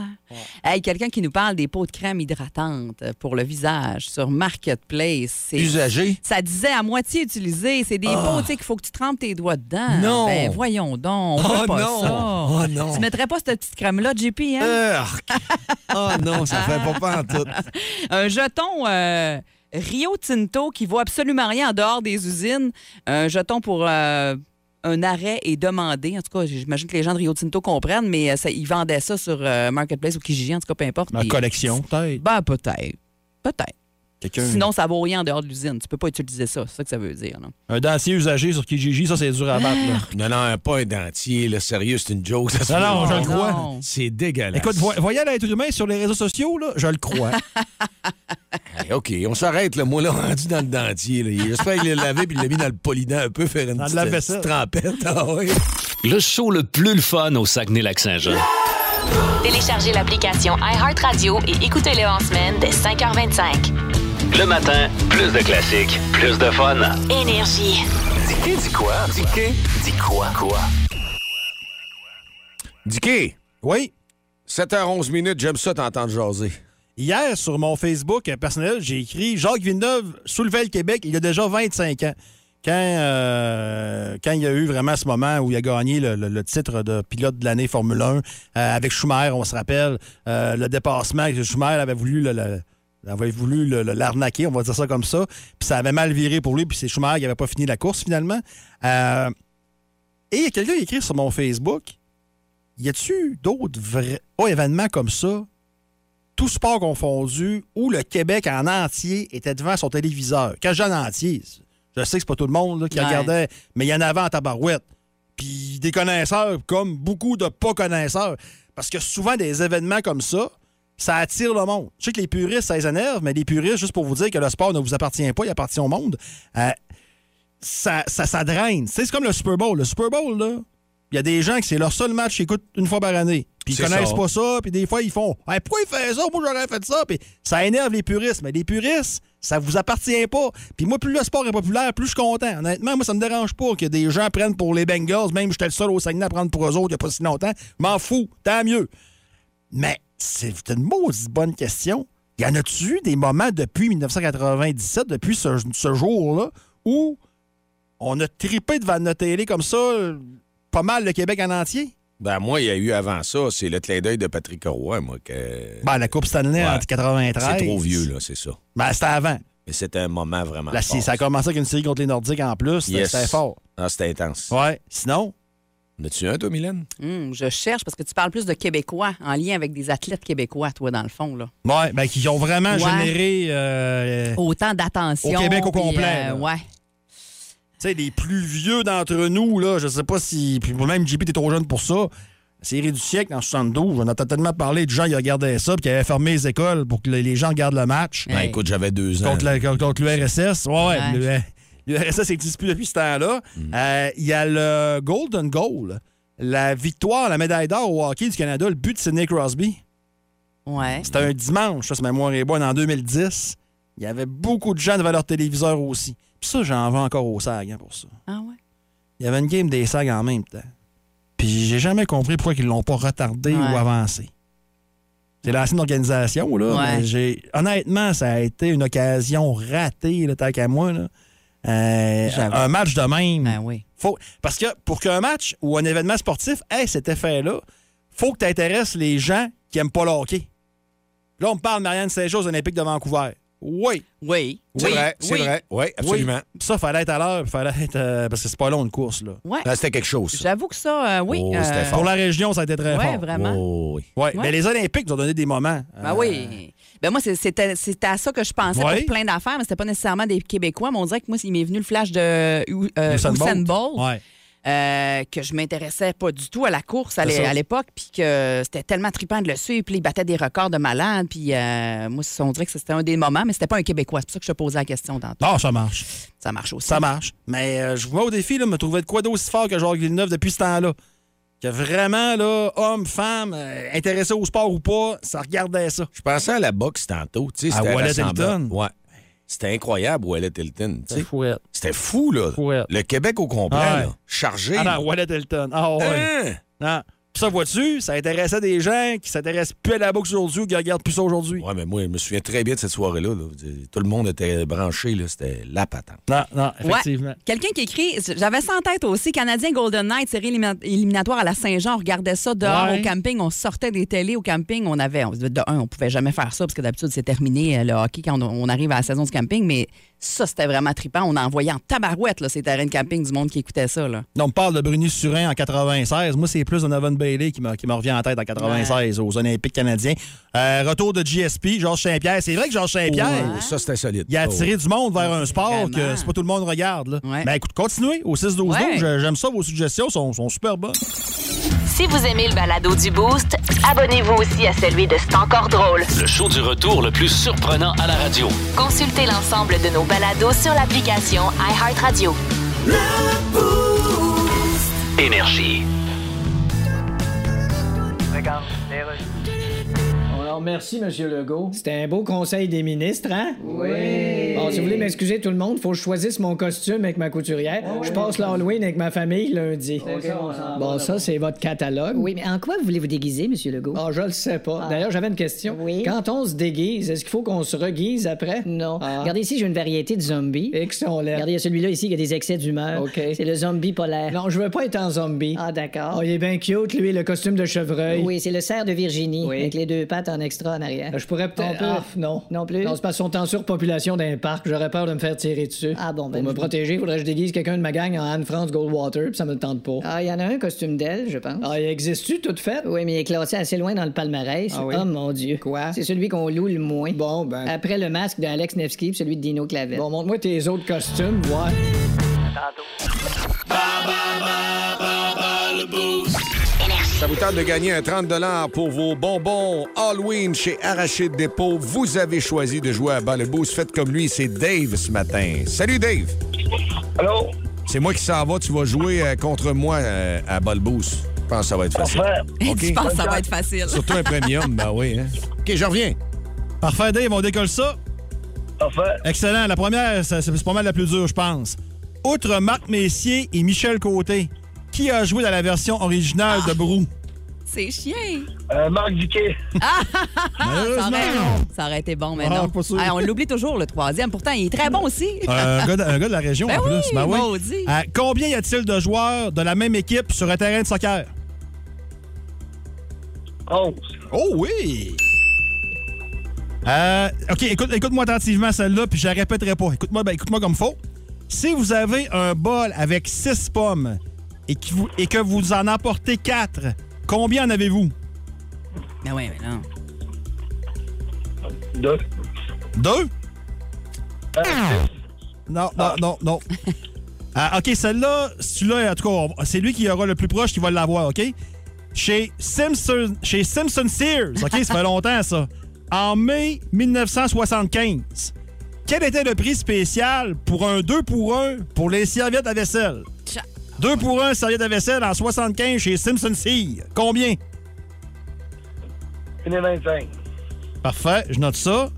Speaker 4: Hey, quelqu'un qui nous parle des pots de crème hydratante pour le visage sur Marketplace. C'est-
Speaker 3: Usagé.
Speaker 4: Ça disait à moitié utilisé. C'est des pots, tu sais, qu'il faut que tu trempes tes doigts dedans.
Speaker 3: Non.
Speaker 4: Ben, voyons donc. On veut
Speaker 3: Oh
Speaker 4: pas
Speaker 3: non.
Speaker 4: ça.
Speaker 3: Oh non.
Speaker 4: Tu mettrais pas cette petite crème-là, JP, hein?
Speaker 3: Urk. Oh
Speaker 5: Ah,
Speaker 3: non, ça fait pas pas en tout.
Speaker 4: un jeton euh, Rio Tinto qui vaut absolument rien en dehors des usines. Un jeton pour euh, un arrêt est demandé. En tout cas, j'imagine que les gens de Rio Tinto comprennent, mais euh, ça, ils vendaient ça sur euh, Marketplace ou Kijiji, en tout cas, peu importe.
Speaker 5: Ma
Speaker 4: Puis-
Speaker 5: collection, peut-être.
Speaker 4: Ben, peut-être. Peut-être.
Speaker 5: Quelqu'un-
Speaker 4: Sinon, ça vaut rien en dehors de l'usine. Tu peux pas utiliser ça. C'est ça que ça veut dire. là.
Speaker 5: Un dentier usagé sur Kijiji, ça, c'est dur à battre, là.
Speaker 3: Non, non, pas un dentier, là, sérieux, c'est une joke. ça se
Speaker 5: Non,
Speaker 3: fait
Speaker 5: non,
Speaker 3: pas.
Speaker 5: je le crois.
Speaker 4: Ah Non.
Speaker 3: C'est dégueulasse.
Speaker 5: Écoute, vo- voyez l'être humain sur les réseaux sociaux, là, je le crois.
Speaker 3: Hey, Eh, OK, on s'arrête, le moi, là, rendu dans le dentier. là. J'espère qu'il l'a lavé puis il l'a mis dans le polydent un peu, faire une
Speaker 5: Dans le
Speaker 3: petite,
Speaker 5: lave-vaisselle.
Speaker 3: petite trempette. Ah oui.
Speaker 2: Le show le plus le fun au Saguenay-Lac-Saint-Jean.
Speaker 1: Téléchargez l'application iHeartRadio et écoutez-le en semaine dès 5h25.
Speaker 2: Le matin, plus de classiques, plus de fun.
Speaker 1: Énergie.
Speaker 2: Dis dis quoi? Dis dis quoi? Quoi?
Speaker 3: Dicky,
Speaker 5: oui.
Speaker 3: 7h11 minutes, j'aime ça t'entendre jaser.
Speaker 5: Hier, sur mon Facebook euh, personnel, j'ai écrit Jacques Villeneuve soulevait le Québec il y a déjà 25 ans. Quand, euh, quand il y a eu vraiment ce moment où il a gagné le, le- le titre de pilote de l'année Formule 1 euh, avec Schumacher, on se rappelle, euh, le dépassement que Schumacher avait voulu le, le- avait voulu le- le- l'arnaquer, on va dire ça comme ça. Puis ça avait mal viré pour lui, puis c'est Schumacher qui n'avait pas fini la course finalement. Euh, et il y a quelqu'un qui a écrit sur mon Facebook Y a-tu d'autres vrais pas événements comme ça, tout sport confondu, où le Québec en entier était devant son téléviseur Quand je dis en entier, je sais que c'est pas tout le monde là, qui
Speaker 4: Ouais.
Speaker 5: regardait, mais il y en avait en tabarouette. Puis des connaisseurs, comme beaucoup de pas connaisseurs. Parce que souvent, des événements comme ça, ça attire le monde. Je sais que les puristes, ça les énerve, mais les puristes, juste pour vous dire que le sport ne vous appartient pas, il appartient au monde, euh, ça, ça, ça draine. Tu sais, C'est comme le Super Bowl. Le Super Bowl, là, il y a des gens que c'est leur seul match qu'ils écoutent une fois par année. Puis ils
Speaker 3: C'est
Speaker 5: connaissent
Speaker 3: ça.
Speaker 5: pas ça, puis des fois, ils font Hey, Pourquoi ils font ça? Moi, j'aurais fait ça. » Puis ça énerve les puristes. Mais les puristes, ça vous appartient pas. Puis moi, plus le sport est populaire, plus je suis content. Honnêtement, moi, ça me dérange pas que des gens prennent pour les Bengals. Même j'étais le seul au Saguenay à prendre pour eux autres il y a pas si longtemps. Je m'en fous. Tant mieux. Mais c'est une maudite bonne question. Y en a-tu eu des moments depuis 1997, depuis ce, ce jour-là, où on a tripé devant notre télé comme ça, euh, pas mal le Québec en entier?
Speaker 3: Ben, moi, il y a eu avant ça, c'est le clin d'œil de Patrick Roy, moi, que.
Speaker 5: Ben, la Coupe Stanley
Speaker 3: Ouais.
Speaker 5: en 93.
Speaker 3: c'est trop vieux, là, c'est ça.
Speaker 5: Ben, c'était avant.
Speaker 3: Mais c'était un moment vraiment.
Speaker 5: Là, c'est-
Speaker 3: fort.
Speaker 5: ça a commencé avec une série contre les Nordiques en plus. C'était
Speaker 3: Yes.
Speaker 5: c'était fort.
Speaker 3: Ah, c'était intense.
Speaker 5: Ouais. Sinon,
Speaker 3: En As-tu un, toi, Mylène?
Speaker 4: Hum, je cherche parce que tu parles plus de Québécois en lien avec des athlètes québécois, toi, dans le fond. Là.
Speaker 5: ouais, ben, qui ont vraiment
Speaker 4: Ouais.
Speaker 5: généré euh,
Speaker 4: Autant d'attention.
Speaker 5: Au Québec au
Speaker 4: puis, euh,
Speaker 5: complet, là.
Speaker 4: ouais.
Speaker 5: Tu sais, les plus vieux d'entre nous, là, je sais pas si. Puis moi-même, JP, t'es trop jeune pour ça. Série du siècle, en 72, on a tellement parlé de gens qui regardaient ça, puis qui avaient fermé les écoles pour que les les gens regardent le match
Speaker 3: Ben,
Speaker 4: Hey.
Speaker 3: écoute, j'avais deux ans.
Speaker 5: contre, la- contre l'URSS. Ouais, ouais.
Speaker 4: Ouais.
Speaker 5: le- L'URSS n'existe plus depuis ce temps-là. Euh, Il y a le Golden Goal, la victoire, la médaille d'or au hockey du Canada, le but de Sidney Crosby.
Speaker 4: Ouais.
Speaker 5: C'était un dimanche, ça, si ma mémoire est bonne, en 2010. Il y avait beaucoup de gens devant leur téléviseur aussi. Puis ça, j'en veux encore au SAG hein, pour ça.
Speaker 4: Ah ouais.
Speaker 5: Il y avait une game des sags en même temps. Puis j'ai jamais compris pourquoi ils l'ont pas retardé
Speaker 4: Ouais.
Speaker 5: ou avancé. C'est l'ancienne organisation, là.
Speaker 4: Ouais.
Speaker 5: mais j'ai- Honnêtement, ça a été une occasion ratée, le tant qu'à moi. là. Euh,
Speaker 4: J'avoue.
Speaker 5: un match de même.
Speaker 4: Ben oui.
Speaker 5: Faut- Parce que pour qu'un match ou un événement sportif ait cet effet-là, faut que tu intéresses les gens qui aiment pas le hockey. Là, on me parle de Marianne Saint-Jean aux Olympiques de Vancouver. Oui.
Speaker 4: Oui.
Speaker 3: C'est
Speaker 4: oui.
Speaker 3: vrai, c'est
Speaker 4: oui.
Speaker 3: vrai. Oui, absolument.
Speaker 5: Oui. Ça, fallait être à l'heure, fallait être. euh, parce que c'est pas long une course, là.
Speaker 4: Ouais.
Speaker 3: Ah, c'était quelque chose. ça.
Speaker 4: J'avoue que ça, euh, oui.
Speaker 3: Oh, c'était fort.
Speaker 5: Pour la région, ça a été très
Speaker 4: ouais,
Speaker 5: fort.
Speaker 4: vraiment.
Speaker 3: Oh, oui.
Speaker 5: Oui,
Speaker 4: Ouais.
Speaker 5: mais les Olympiques nous ont donné des moments.
Speaker 4: Ben
Speaker 5: Euh,
Speaker 4: oui. Ben moi, c'est- c'était c'était à ça que je pensais
Speaker 5: Ouais.
Speaker 4: pour plein d'affaires, mais c'était pas nécessairement des Québécois. Mais on dirait que moi, il m'est venu le flash de euh, euh,
Speaker 5: Usain
Speaker 4: Usain
Speaker 5: Bolt.
Speaker 4: Bolt,
Speaker 5: Ouais.
Speaker 4: euh, que je m'intéressais pas du tout à la course à
Speaker 5: C'est
Speaker 4: l'é-
Speaker 5: ça.
Speaker 4: à l'époque, puis que c'était tellement trippant de le suivre, puis il battait des records de malade, puis euh, moi, c'est- on dirait que c'était un des moments, mais c'était pas un Québécois. C'est pour ça que je te posais la question tantôt.
Speaker 5: Non, ça marche.
Speaker 4: Ça marche aussi.
Speaker 5: Ça marche. Mais euh, je vous mets au défi, là, me trouver de quoi d'aussi fort que Jacques Villeneuve depuis ce temps-là. Que vraiment, là, homme, femme, euh, intéressé au sport ou pas, ça regardait ça.
Speaker 3: Je pensais à la boxe tantôt. tu sais,
Speaker 5: À
Speaker 3: c'était
Speaker 5: Wallet
Speaker 3: rassemblant.
Speaker 5: Hilton.
Speaker 3: Ouais. C'était incroyable, Wallet Hilton. tu sais.
Speaker 5: fouette.
Speaker 3: C'était fou, là.
Speaker 5: Fouette.
Speaker 3: Le Québec au complet,
Speaker 5: Ah ouais.
Speaker 3: là. chargé.
Speaker 5: Ah
Speaker 3: là.
Speaker 5: non, Wallet Elton. Ah ouais.
Speaker 3: Hein?
Speaker 5: Non. Puis ça, vois-tu, ça intéressait des gens qui s'intéressent plus à la boxe aujourd'hui ou qui regardent plus ça aujourd'hui.
Speaker 3: Ouais, mais moi, je me souviens très bien de cette soirée-là. là. Tout le monde était branché, là. C'était la patente.
Speaker 5: Non, non,
Speaker 4: Ouais.
Speaker 5: effectivement.
Speaker 4: Quelqu'un qui écrit, j'avais ça en tête aussi, Canadien Golden Knight, série élimi- éliminatoire à la Saint-Jean, on regardait ça dehors
Speaker 5: Ouais.
Speaker 4: au camping, on sortait des télés au camping, on avait, on- de un, on pouvait jamais faire ça parce que d'habitude c'est terminé euh, le hockey quand on, on arrive à la saison du camping, mais ça c'était vraiment trippant, on envoyait en tabarouette là, ces terrains de camping du monde qui écoutait ça. Là.
Speaker 5: Non, on me parle de Bruni Surin en 96. Moi, c'est plus Donovan Bailey qui me, qui me revient en tête en 96 aux Olympiques canadiens. Euh, retour de GSP, Georges Saint-Pierre. C'est vrai que Georges Saint-Pierre,
Speaker 3: Oh, ça, c'était solide.
Speaker 5: il a attiré du monde vers un sport
Speaker 4: Vraiment.
Speaker 5: que c'est pas tout le monde regarde. Là.
Speaker 4: Ouais.
Speaker 5: Ben, écoute, continuez au 6 12
Speaker 4: Ouais.
Speaker 5: J'aime ça, vos suggestions sont, sont super bonnes.
Speaker 1: Si vous aimez le balado du Boost, abonnez-vous aussi à celui de C'est encore drôle.
Speaker 2: Le show du retour le plus surprenant à la radio.
Speaker 1: Consultez l'ensemble de nos balados sur l'application iHeartRadio.
Speaker 2: Énergie.
Speaker 7: Alors, merci, M. Legault.
Speaker 8: C'était un beau conseil des ministres, hein? Oui. Bon, si vous voulez m'excuser tout le monde, faut que je choisisse mon costume avec ma couturière. je passe l'Halloween avec ma famille lundi. bon, ça, c'est votre catalogue.
Speaker 9: Oui, mais en quoi voulez-vous déguiser, Monsieur Legault?
Speaker 8: Ah, je le sais pas. D'ailleurs, j'avais une question.
Speaker 9: Oui.
Speaker 8: Quand on se déguise, est-ce qu'il faut qu'on se reguise après?
Speaker 9: Non.
Speaker 8: Ah.
Speaker 9: Regardez ici, j'ai une variété de zombies.
Speaker 8: Et que sont
Speaker 9: Regardez, il y a celui-là ici qui a des excès d'humeur.
Speaker 8: OK.
Speaker 9: C'est le zombie polaire.
Speaker 8: Non, je veux pas être en zombie.
Speaker 9: Ah, d'accord.
Speaker 8: Oh, il est bien cute, lui, le costume de chevreuil.
Speaker 9: Oui, c'est le cerf de Virginie,
Speaker 8: Oui.
Speaker 9: avec les deux pattes en extra en arrière.
Speaker 8: Je pourrais peut-être.
Speaker 9: Non
Speaker 8: Ah,
Speaker 9: plus.
Speaker 8: non.
Speaker 9: Non plus.
Speaker 8: Non, c'est parce qu'on est en surpopulation d'un parc. J'aurais peur de me faire tirer dessus.
Speaker 9: Ah bon, ben,
Speaker 8: Pour me
Speaker 9: je-
Speaker 8: protéger, faudrait que je déguise quelqu'un de ma gang en Anne-France Goldwater, puis ça me le tente pas.
Speaker 9: Ah, il y en a un costume d'elle, je pense.
Speaker 8: Ah, il existe-tu, toute faite?
Speaker 9: Oui, mais il est classé assez loin dans le palmarès.
Speaker 8: Ah oui?
Speaker 9: Oh mon Dieu.
Speaker 8: Quoi?
Speaker 9: C'est celui qu'on loue le moins.
Speaker 8: Bon, ben.
Speaker 9: Après le masque d'Alex Nevsky et celui de Dino Clavel.
Speaker 8: Bon, montre-moi tes autres costumes, voir.
Speaker 3: Ça vous tente de gagner un 30 pour vos bonbons Halloween chez Arachide Dépôt. Vous avez choisi de jouer à bas le boost. Faites comme lui, c'est Dave ce matin. Salut Dave!
Speaker 6: Allô?
Speaker 3: C'est moi qui s'en va, tu vas jouer euh, contre moi euh, à bas le boost. Je pense que ça va être facile.
Speaker 6: Parfait.
Speaker 3: OK?
Speaker 4: Tu penses que ça va être facile?
Speaker 3: Surtout un premium, ben oui. hein. OK, je reviens.
Speaker 5: Parfait, Dave, on décolle ça.
Speaker 6: Parfait.
Speaker 5: Excellent. La première, ça- c'est pas mal la plus dure, je pense. Outre Marc Messier et Michel Côté, qui a joué dans la version originale
Speaker 4: Ah.
Speaker 5: de Brou?
Speaker 4: C'est chien.
Speaker 6: Euh, Marc Duquet.
Speaker 4: Ah, Ça
Speaker 5: Malheureusement.
Speaker 4: aurait, ça aurait été bon, mais
Speaker 5: Ah,
Speaker 4: non.
Speaker 5: pas sûr.
Speaker 4: Ah, on l'oublie toujours, le troisième. Pourtant, il est très bon aussi.
Speaker 5: Euh, un, gars de, un gars de la région
Speaker 4: Ben
Speaker 5: en
Speaker 4: oui,
Speaker 5: plus. Ben oui.
Speaker 4: maudit.
Speaker 5: Euh, combien y a-t-il de joueurs de la même équipe sur un terrain de soccer?
Speaker 6: 11.
Speaker 5: Oh oui! Euh, OK, écoute, écoute-moi attentivement celle-là, puis je la répéterai pas. Écoute-moi ben, écoute-moi comme faut. Si vous avez un bol avec 6 pommes et, qui vous- et que vous en apportez 4, combien en avez-vous?
Speaker 4: Mais oui, mais non.
Speaker 6: 2.
Speaker 5: Deux? Non, non, non, non. Ah, OK, celle-là, celui-là, en tout cas, on- c'est lui qui aura le plus proche qui va l'avoir, OK? Chez Simpson, chez Simpson Sears, OK, ça fait longtemps, ça. En mai 1975, quel était le prix spécial pour un 2 pour 1 pour les serviettes à vaisselle?
Speaker 4: Tcha-
Speaker 5: 2 pour 1 serviettes à vaisselle en 75 chez Simpson Sears. Combien?
Speaker 6: 1 et 25.
Speaker 5: Parfait, je note ça.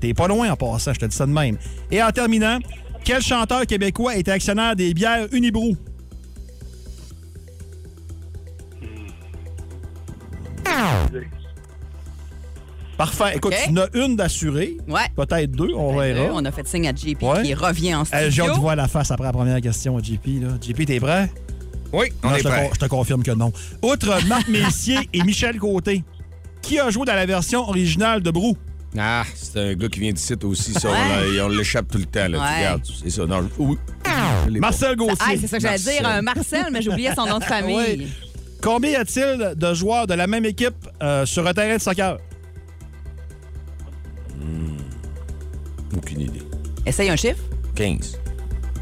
Speaker 5: T'es pas loin en passant, je te dis ça de même. Et en terminant, quel chanteur québécois était actionnaire des bières Unibrou? Parfait. Écoute,
Speaker 4: OK.
Speaker 5: tu en as une d'assurée.
Speaker 4: Ouais.
Speaker 5: Peut-être deux, on
Speaker 4: Fait que,
Speaker 5: verra.
Speaker 4: on a fait signe à JP
Speaker 5: Ouais.
Speaker 4: qui revient en
Speaker 5: Euh,
Speaker 4: studio.
Speaker 5: J'ai hâte de voir la face après la première question à JP. Là. JP, t'es prêt?
Speaker 3: Oui, on
Speaker 5: Non,
Speaker 3: est
Speaker 5: je, te
Speaker 3: prêt.
Speaker 5: con- je te confirme que non. Outre Marc Messier et Michel Côté, qui a joué dans la version originale de Brou?
Speaker 3: Ah, c'est un gars qui vient d'ici aussi, ça. on
Speaker 4: Ouais.
Speaker 3: l'a- On l'échappe tout le temps, là.
Speaker 4: Ouais.
Speaker 3: Tu regardes, c'est ça. Non, je- oui. Je l'ai pas.
Speaker 5: Marcel Gauthier.
Speaker 4: Ah, c'est ça que j'allais dire,
Speaker 3: Marcel.
Speaker 4: un Marcel, mais j'oubliais son nom de famille.
Speaker 5: Oui. Combien y a-t-il de joueurs de la même équipe euh, sur un terrain de soccer?
Speaker 3: Aucune idée.
Speaker 4: Essaye un chiffre.
Speaker 3: 15.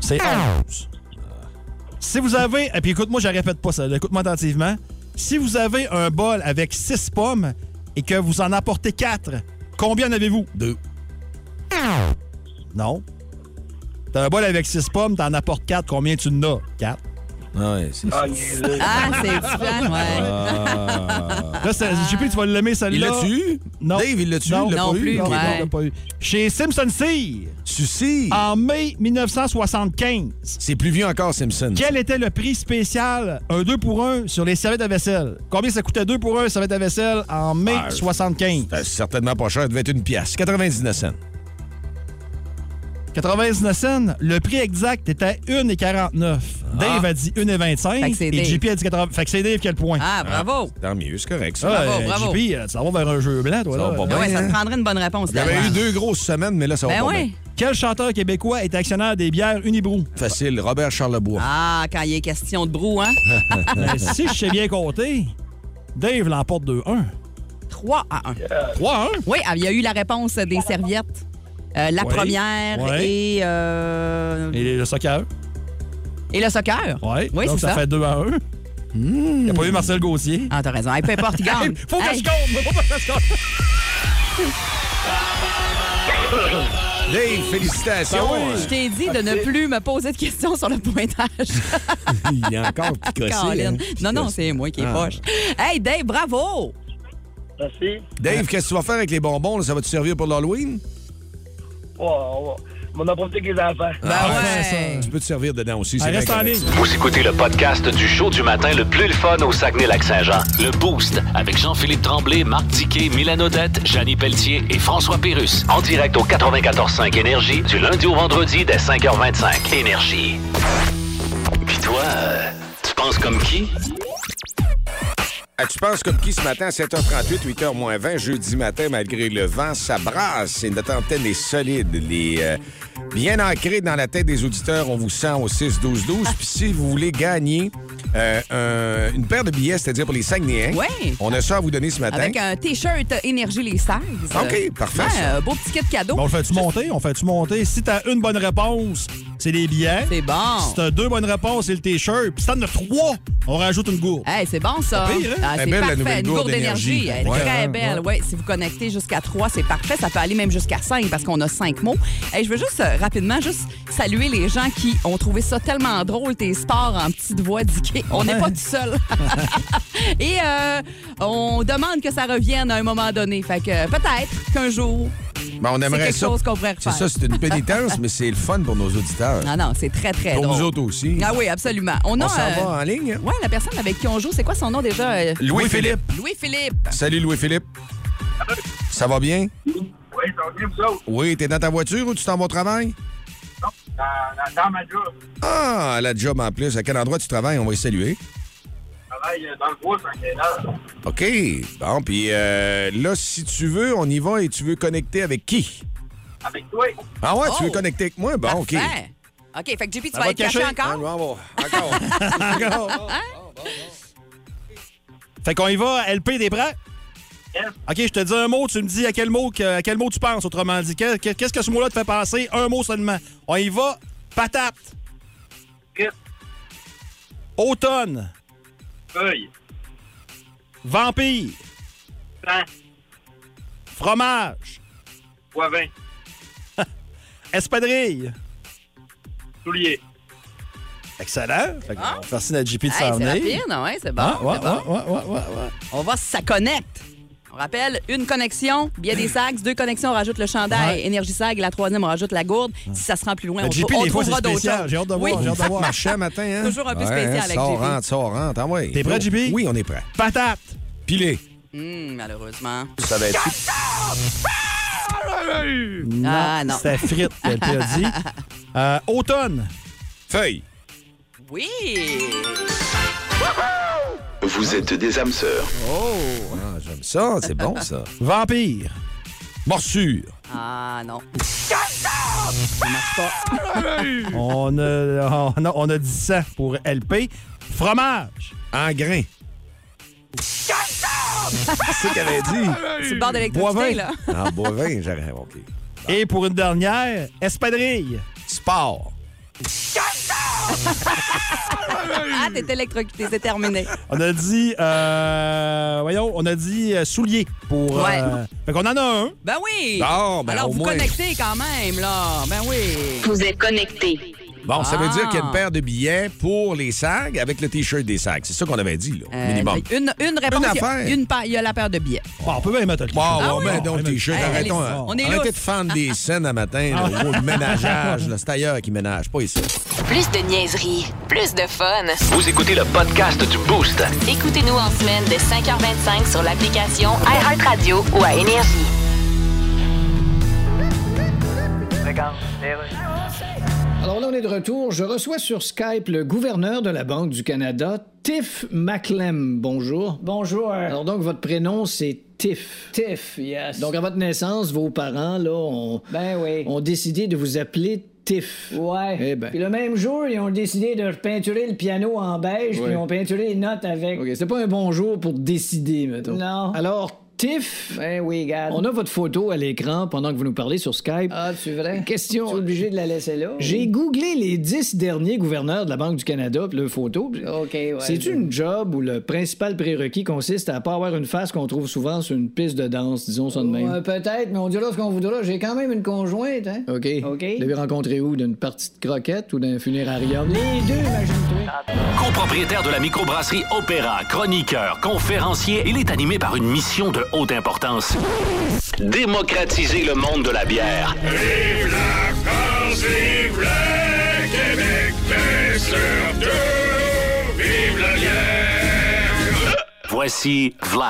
Speaker 5: C'est 11. Euh, Si vous avez. Et puis écoute, moi, je la répète pas ça. Écoute-moi attentivement. Si vous avez un bol avec 6 pommes et que vous en apportez 4, combien en avez-vous?
Speaker 3: 2. Ah.
Speaker 5: Non. T'as un bol avec 6 pommes, t'en apportes 4. Combien tu en as? 4.
Speaker 3: Ouais, c'est ça.
Speaker 6: Ah, niaiseux.
Speaker 4: Ah, c'est différent, ouais.
Speaker 5: Là, c'est- j'ai plus, tu vas l'aimer celle-là.
Speaker 3: Il l'a-tu eu?
Speaker 5: Non.
Speaker 3: Dave, il l'a tué,
Speaker 5: Non.
Speaker 3: il l'a
Speaker 4: Non
Speaker 3: pas
Speaker 4: plus,
Speaker 3: eu.
Speaker 5: Ok,
Speaker 3: Ok,
Speaker 5: bon,
Speaker 4: ouais.
Speaker 5: on l'a pas eu. Chez Simpson Sear,
Speaker 3: Sucy.
Speaker 5: en mai 1975.
Speaker 3: C'est plus vieux encore, Simpson.
Speaker 5: Quel était le prix spécial, un 2 pour 1 sur les serviettes à vaisselle? Combien ça coûtait 2 pour 1 serviettes à vaisselle en mai
Speaker 3: Ah,
Speaker 5: 75?
Speaker 3: Euh, certainement pas cher, devait être une pièce. 99 cents.
Speaker 5: 99 cents, le prix exact était 1,49.
Speaker 3: Ah.
Speaker 5: Dave a dit
Speaker 4: Fait que
Speaker 5: 1,25
Speaker 4: c'est
Speaker 5: et
Speaker 4: Dave.
Speaker 5: JP a dit 80. Fait que c'est Dave qui a le point.
Speaker 4: Ah, bravo.
Speaker 3: Tant mieux, c'est correct. Ça.
Speaker 5: Ah,
Speaker 4: bravo, bravo.
Speaker 5: JP, euh, tu t'en vas vers un jeu blanc, toi.
Speaker 3: Ça
Speaker 5: Là.
Speaker 3: va pas
Speaker 5: Euh,
Speaker 3: bien.
Speaker 4: Ben ouais, ça
Speaker 3: hein?
Speaker 4: te prendrait une bonne réponse.
Speaker 3: Il y avait
Speaker 4: là.
Speaker 3: eu deux grosses semaines, mais là, ça va
Speaker 4: Ben
Speaker 3: pas
Speaker 4: oui.
Speaker 3: bien.
Speaker 5: Quel chanteur québécois est actionnaire des bières Unibrou?
Speaker 3: Facile, Robert Charlebois.
Speaker 4: Ah, quand il est question de brou, hein?
Speaker 5: Ben, si je sais bien compter, Dave l'emporte 2-1.
Speaker 4: 3 à 1.
Speaker 5: 3-1?
Speaker 4: Oui, ah, il y a eu la réponse des serviettes. Euh, la
Speaker 5: Oui.
Speaker 4: première
Speaker 5: Oui.
Speaker 4: et, euh,
Speaker 5: Et le soccer?
Speaker 4: et le soccer.
Speaker 5: Ouais.
Speaker 4: Oui, c'est
Speaker 5: Donc ça,
Speaker 4: ça.
Speaker 5: fait 2 à 1. Il n'y a pas eu Marcel Gauthier.
Speaker 4: Ah, t'as raison. Hey, peu importe, il gagne.
Speaker 5: Faut que
Speaker 4: Hey,
Speaker 5: je compte! Faut que je compte!
Speaker 3: Ah, Dave, félicitations.
Speaker 4: Je t'ai dit de ne plus me poser de questions sur le pointage.
Speaker 3: Il est encore picossé.
Speaker 4: Colin.
Speaker 3: hein.
Speaker 4: Non, non, c'est moi qui est
Speaker 3: Ah.
Speaker 4: poche. Hey, Dave, bravo!
Speaker 6: Merci.
Speaker 3: Dave, qu'est-ce que tu vas faire avec les bonbons? là? Ça va te servir pour l'Halloween?
Speaker 6: Oh, on va en profiter avec les enfants.
Speaker 4: Ben ouais.
Speaker 3: Tu peux te servir dedans aussi. c'est
Speaker 5: Elle reste
Speaker 3: bien
Speaker 5: en
Speaker 3: correct,
Speaker 5: ligne.
Speaker 3: ça.
Speaker 2: Vous écoutez le podcast du show du matin le plus le fun au Saguenay-Lac-Saint-Jean. Le Boost avec Jean-Philippe Tremblay, Marc Tiquet, Milan Odette, Janine Pelletier et François Pérus. En direct au 94.5 Énergie du lundi au vendredi dès 5h25. Énergie. Puis toi, euh, tu penses comme qui?
Speaker 3: Ah, tu penses comme qui ce matin à 7h38, 8h moins 20, jeudi matin, malgré le vent, ça brasse et notre antenne est solide. Les, euh, bien ancrée dans la tête des auditeurs, on vous sent au 6-12-12. Puis si vous voulez gagner euh, un- une paire de billets, c'est-à-dire pour les Saguenayens,
Speaker 4: Ouais.
Speaker 3: on a ça à vous donner ce matin.
Speaker 4: Avec un T-shirt Énergie Les 16.
Speaker 3: Ben. OK, parfait,
Speaker 4: Ouais,
Speaker 3: ça.
Speaker 4: un beau petit kit cadeau.
Speaker 5: Bon, on le fait-tu monter? On le fait-tu monter? Si t'as une bonne réponse, c'est les billets.
Speaker 4: C'est
Speaker 5: Si
Speaker 4: bon.
Speaker 5: t'as deux bonnes réponses, c'est le T-shirt. Puis si t'en as trois, on rajoute une gourde.
Speaker 4: Hey, c'est bon, ça.
Speaker 5: Pas pire, hein?
Speaker 4: Ah,
Speaker 3: Elle est
Speaker 4: c'est
Speaker 3: belle, la
Speaker 4: parfait.
Speaker 3: nouvelle
Speaker 4: Une
Speaker 3: gourde
Speaker 4: gourde d'énergie.
Speaker 3: d'énergie.
Speaker 4: Elle est
Speaker 3: Ouais,
Speaker 4: très
Speaker 3: ouais,
Speaker 4: belle. Ouais. Si vous connectez jusqu'à 3, c'est parfait. Ça peut aller même jusqu'à 5 parce qu'on a 5 mots. Et je veux juste euh, rapidement juste saluer les gens qui ont trouvé ça tellement drôle, tes sports en petite voix diquée. On n'est pas tout seul. Et euh, on demande que ça revienne à un moment donné. Fait que euh, peut-être qu'un jour.
Speaker 3: Ben, on aimerait
Speaker 4: quelque
Speaker 3: ça.
Speaker 4: chose qu'on pourrait
Speaker 3: C'est
Speaker 4: refaire.
Speaker 3: ça, c'est une pénitence, mais c'est le fun pour nos auditeurs.
Speaker 4: Ah Non, non, c'est très, très
Speaker 3: pour
Speaker 4: drôle.
Speaker 3: nous autres aussi.
Speaker 4: Ah oui, absolument. On,
Speaker 3: on
Speaker 4: a.
Speaker 3: s'en
Speaker 4: euh,
Speaker 3: va en ligne. hein?
Speaker 4: Ouais, la personne avec qui on joue, c'est quoi son nom déjà? euh,
Speaker 3: Louis-Philippe.
Speaker 4: Louis-Philippe.
Speaker 3: Salut Louis-Philippe. Ça va bien?
Speaker 6: Oui, ça va bien, vous autres.
Speaker 3: Oui, t'es dans ta voiture ou tu t'en vas au travail?
Speaker 6: Dans, dans ma job,
Speaker 3: Ah, la job en plus. À quel endroit tu travailles? On va y saluer.
Speaker 6: je travaille dans le bois, ça fait heure.
Speaker 3: OK. Bon, puis euh, là, si tu veux, on y va et tu veux connecter avec qui?
Speaker 6: Avec toi,
Speaker 3: Ah ouais, tu
Speaker 4: Oh.
Speaker 3: veux connecter avec moi? Bon, OK.
Speaker 4: Parfait. OK, fait que JP, tu
Speaker 5: Ah, va
Speaker 4: vas être
Speaker 5: te
Speaker 4: caché
Speaker 5: cacher.
Speaker 3: Ah,
Speaker 4: encore?
Speaker 3: bon, bon, Encore.
Speaker 5: Fait qu'on y va, LP des bras. OK, je te dis un mot, tu me dis à quel mot, que- à quel mot tu penses, autrement dit. Que- que- Qu'est-ce que ce mot-là te fait penser? Un mot seulement. On y va, patate.
Speaker 6: Yep.
Speaker 5: Automne,
Speaker 6: feuille,
Speaker 5: vampire,
Speaker 6: sang,
Speaker 5: fromage,
Speaker 6: bois vin,
Speaker 5: espadrille.
Speaker 6: soulier.
Speaker 5: Excellent. Fait qu'on Merci à JP de
Speaker 4: Ah. Hey,
Speaker 5: s'en
Speaker 4: c'est
Speaker 5: venir.
Speaker 4: rapide, hein, ouais, c'est bon.
Speaker 5: Ah, ouais,
Speaker 4: c'est bon.
Speaker 5: ouais, ouais, ouais, ouais, ouais.
Speaker 4: On va, ça connecte. On rappelle, une connexion, billet des sacs, deux connexions, on rajoute le chandail,
Speaker 5: Ouais.
Speaker 4: énergie sag, la troisième, on rajoute la gourde. Si ça se rend plus loin,
Speaker 5: Le
Speaker 4: on,
Speaker 5: JP,
Speaker 4: trou- on
Speaker 5: des fois, c'est
Speaker 4: trouvera d'autres
Speaker 5: spécial.
Speaker 4: choses.
Speaker 5: J'ai hâte de
Speaker 4: Oui.
Speaker 5: voir, j'ai hâte de voir.
Speaker 3: Marchand matin, hein?
Speaker 4: Toujours un peu
Speaker 3: Ouais,
Speaker 4: spécial
Speaker 3: hein,
Speaker 4: avec
Speaker 3: sors,
Speaker 4: JP.
Speaker 3: rentre, sors, rentre. Ah ouais.
Speaker 5: T'es prêt,
Speaker 3: Go.
Speaker 5: JP?
Speaker 3: Oui, on est prêt.
Speaker 5: Patate.
Speaker 3: Pilé.
Speaker 4: Hum, malheureusement.
Speaker 3: Ça va être...
Speaker 4: Ah, non.
Speaker 5: C'était frite, LP a dit. Euh, automne.
Speaker 3: Feuille.
Speaker 4: Oui.
Speaker 2: Vous êtes des âmes sœurs.
Speaker 3: Ah, j'aime ça. C'est bon, ça.
Speaker 5: Vampire.
Speaker 3: Morsure.
Speaker 4: Ah, non.
Speaker 5: On a, on, a, on a dit ça pour LP. Fromage.
Speaker 3: En grain. C'est ce qu'elle avait dit.
Speaker 4: C'est le bord
Speaker 5: Boivin.
Speaker 4: d'électricité, là.
Speaker 3: En bovin, j'arrive. OK.
Speaker 5: Et pour une dernière, espadrille.
Speaker 3: Sport.
Speaker 4: Ah, t'es électrocuté, c'est terminé.
Speaker 5: On a dit, euh, voyons, on a dit euh, soulier pour. euh,
Speaker 4: Ouais.
Speaker 5: fait qu'on en a un.
Speaker 4: Ben oui.
Speaker 3: Bon, ben,
Speaker 4: Alors,
Speaker 3: au
Speaker 4: vous
Speaker 3: moins.
Speaker 4: connectez quand même, là. Ben oui.
Speaker 1: Vous êtes connectés.
Speaker 3: Bon, ça veut
Speaker 4: Ah.
Speaker 3: dire qu'il y a une paire de billets pour les SAG avec le T-shirt des SAG. C'est ça qu'on avait dit, là,
Speaker 4: Euh,
Speaker 3: minimum.
Speaker 4: fait Une, une réponse.
Speaker 3: Une
Speaker 4: il y a-
Speaker 3: affaire.
Speaker 4: une pa- il y a la paire de billets.
Speaker 5: Bon, on peut bien les mettre.
Speaker 3: Bon,
Speaker 5: Ah
Speaker 3: bon,
Speaker 5: oui.
Speaker 3: ben, donc, le T-shirt,
Speaker 4: Hey,
Speaker 3: arrêtons.
Speaker 4: allez-y.
Speaker 3: hein.
Speaker 4: On est
Speaker 3: Arrêtez
Speaker 4: lousse.
Speaker 3: de fendre des scènes à matin, là, au gros ménageage. là. C'est ailleurs qui ménage, pas ici.
Speaker 1: Plus de niaiserie, plus de fun.
Speaker 2: Vous écoutez le podcast du Boost.
Speaker 1: Écoutez-nous en semaine de 5h25 sur l'application iHeartRadio ou à Énergie.
Speaker 7: Alors là, on est de retour. Je reçois sur Skype le gouverneur de la Banque du Canada, Tiff Maclem. Bonjour.
Speaker 8: Bonjour.
Speaker 7: Alors donc, votre prénom, c'est Tiff.
Speaker 9: Tiff, yes.
Speaker 7: Donc, à votre naissance, vos parents, là, ont,
Speaker 9: ben oui.
Speaker 7: ont décidé de vous appeler Tiff.
Speaker 9: Ouais.
Speaker 7: Eh ben.
Speaker 9: Puis le même jour, ils ont décidé de repeinturer le piano en beige,
Speaker 7: Ouais.
Speaker 9: puis ils ont peinturé les notes avec.
Speaker 7: OK, c'était pas un bon jour pour décider, mettons.
Speaker 9: Non.
Speaker 7: Alors, Tiff,
Speaker 9: Ben oui, garde.
Speaker 7: on a votre photo à l'écran pendant que vous nous parlez sur Skype.
Speaker 9: Ah, tu vrai?
Speaker 7: Question.
Speaker 9: Tu es obligé de la laisser là?
Speaker 7: J'ai googlé les dix derniers gouverneurs de la Banque du Canada, puis le photo. puis-
Speaker 9: OK, ouais.
Speaker 7: C'est une job où le principal prérequis consiste à pas avoir une face qu'on trouve souvent sur une piste de danse, disons ça de même.
Speaker 9: Ouais, peut-être, mais on dira ce qu'on voudra. J'ai quand même une conjointe, hein?
Speaker 7: OK.
Speaker 9: OK.
Speaker 7: Vous l'avez rencontré où? D'une partie de croquette ou d'un funérarium?
Speaker 9: Les deux, imagine-toi.
Speaker 2: Copropriétaire de la microbrasserie Opéra, chroniqueur, conférencier, il est animé par une mission de haute importance. Démocratiser le monde de la bière. Voici Vlad.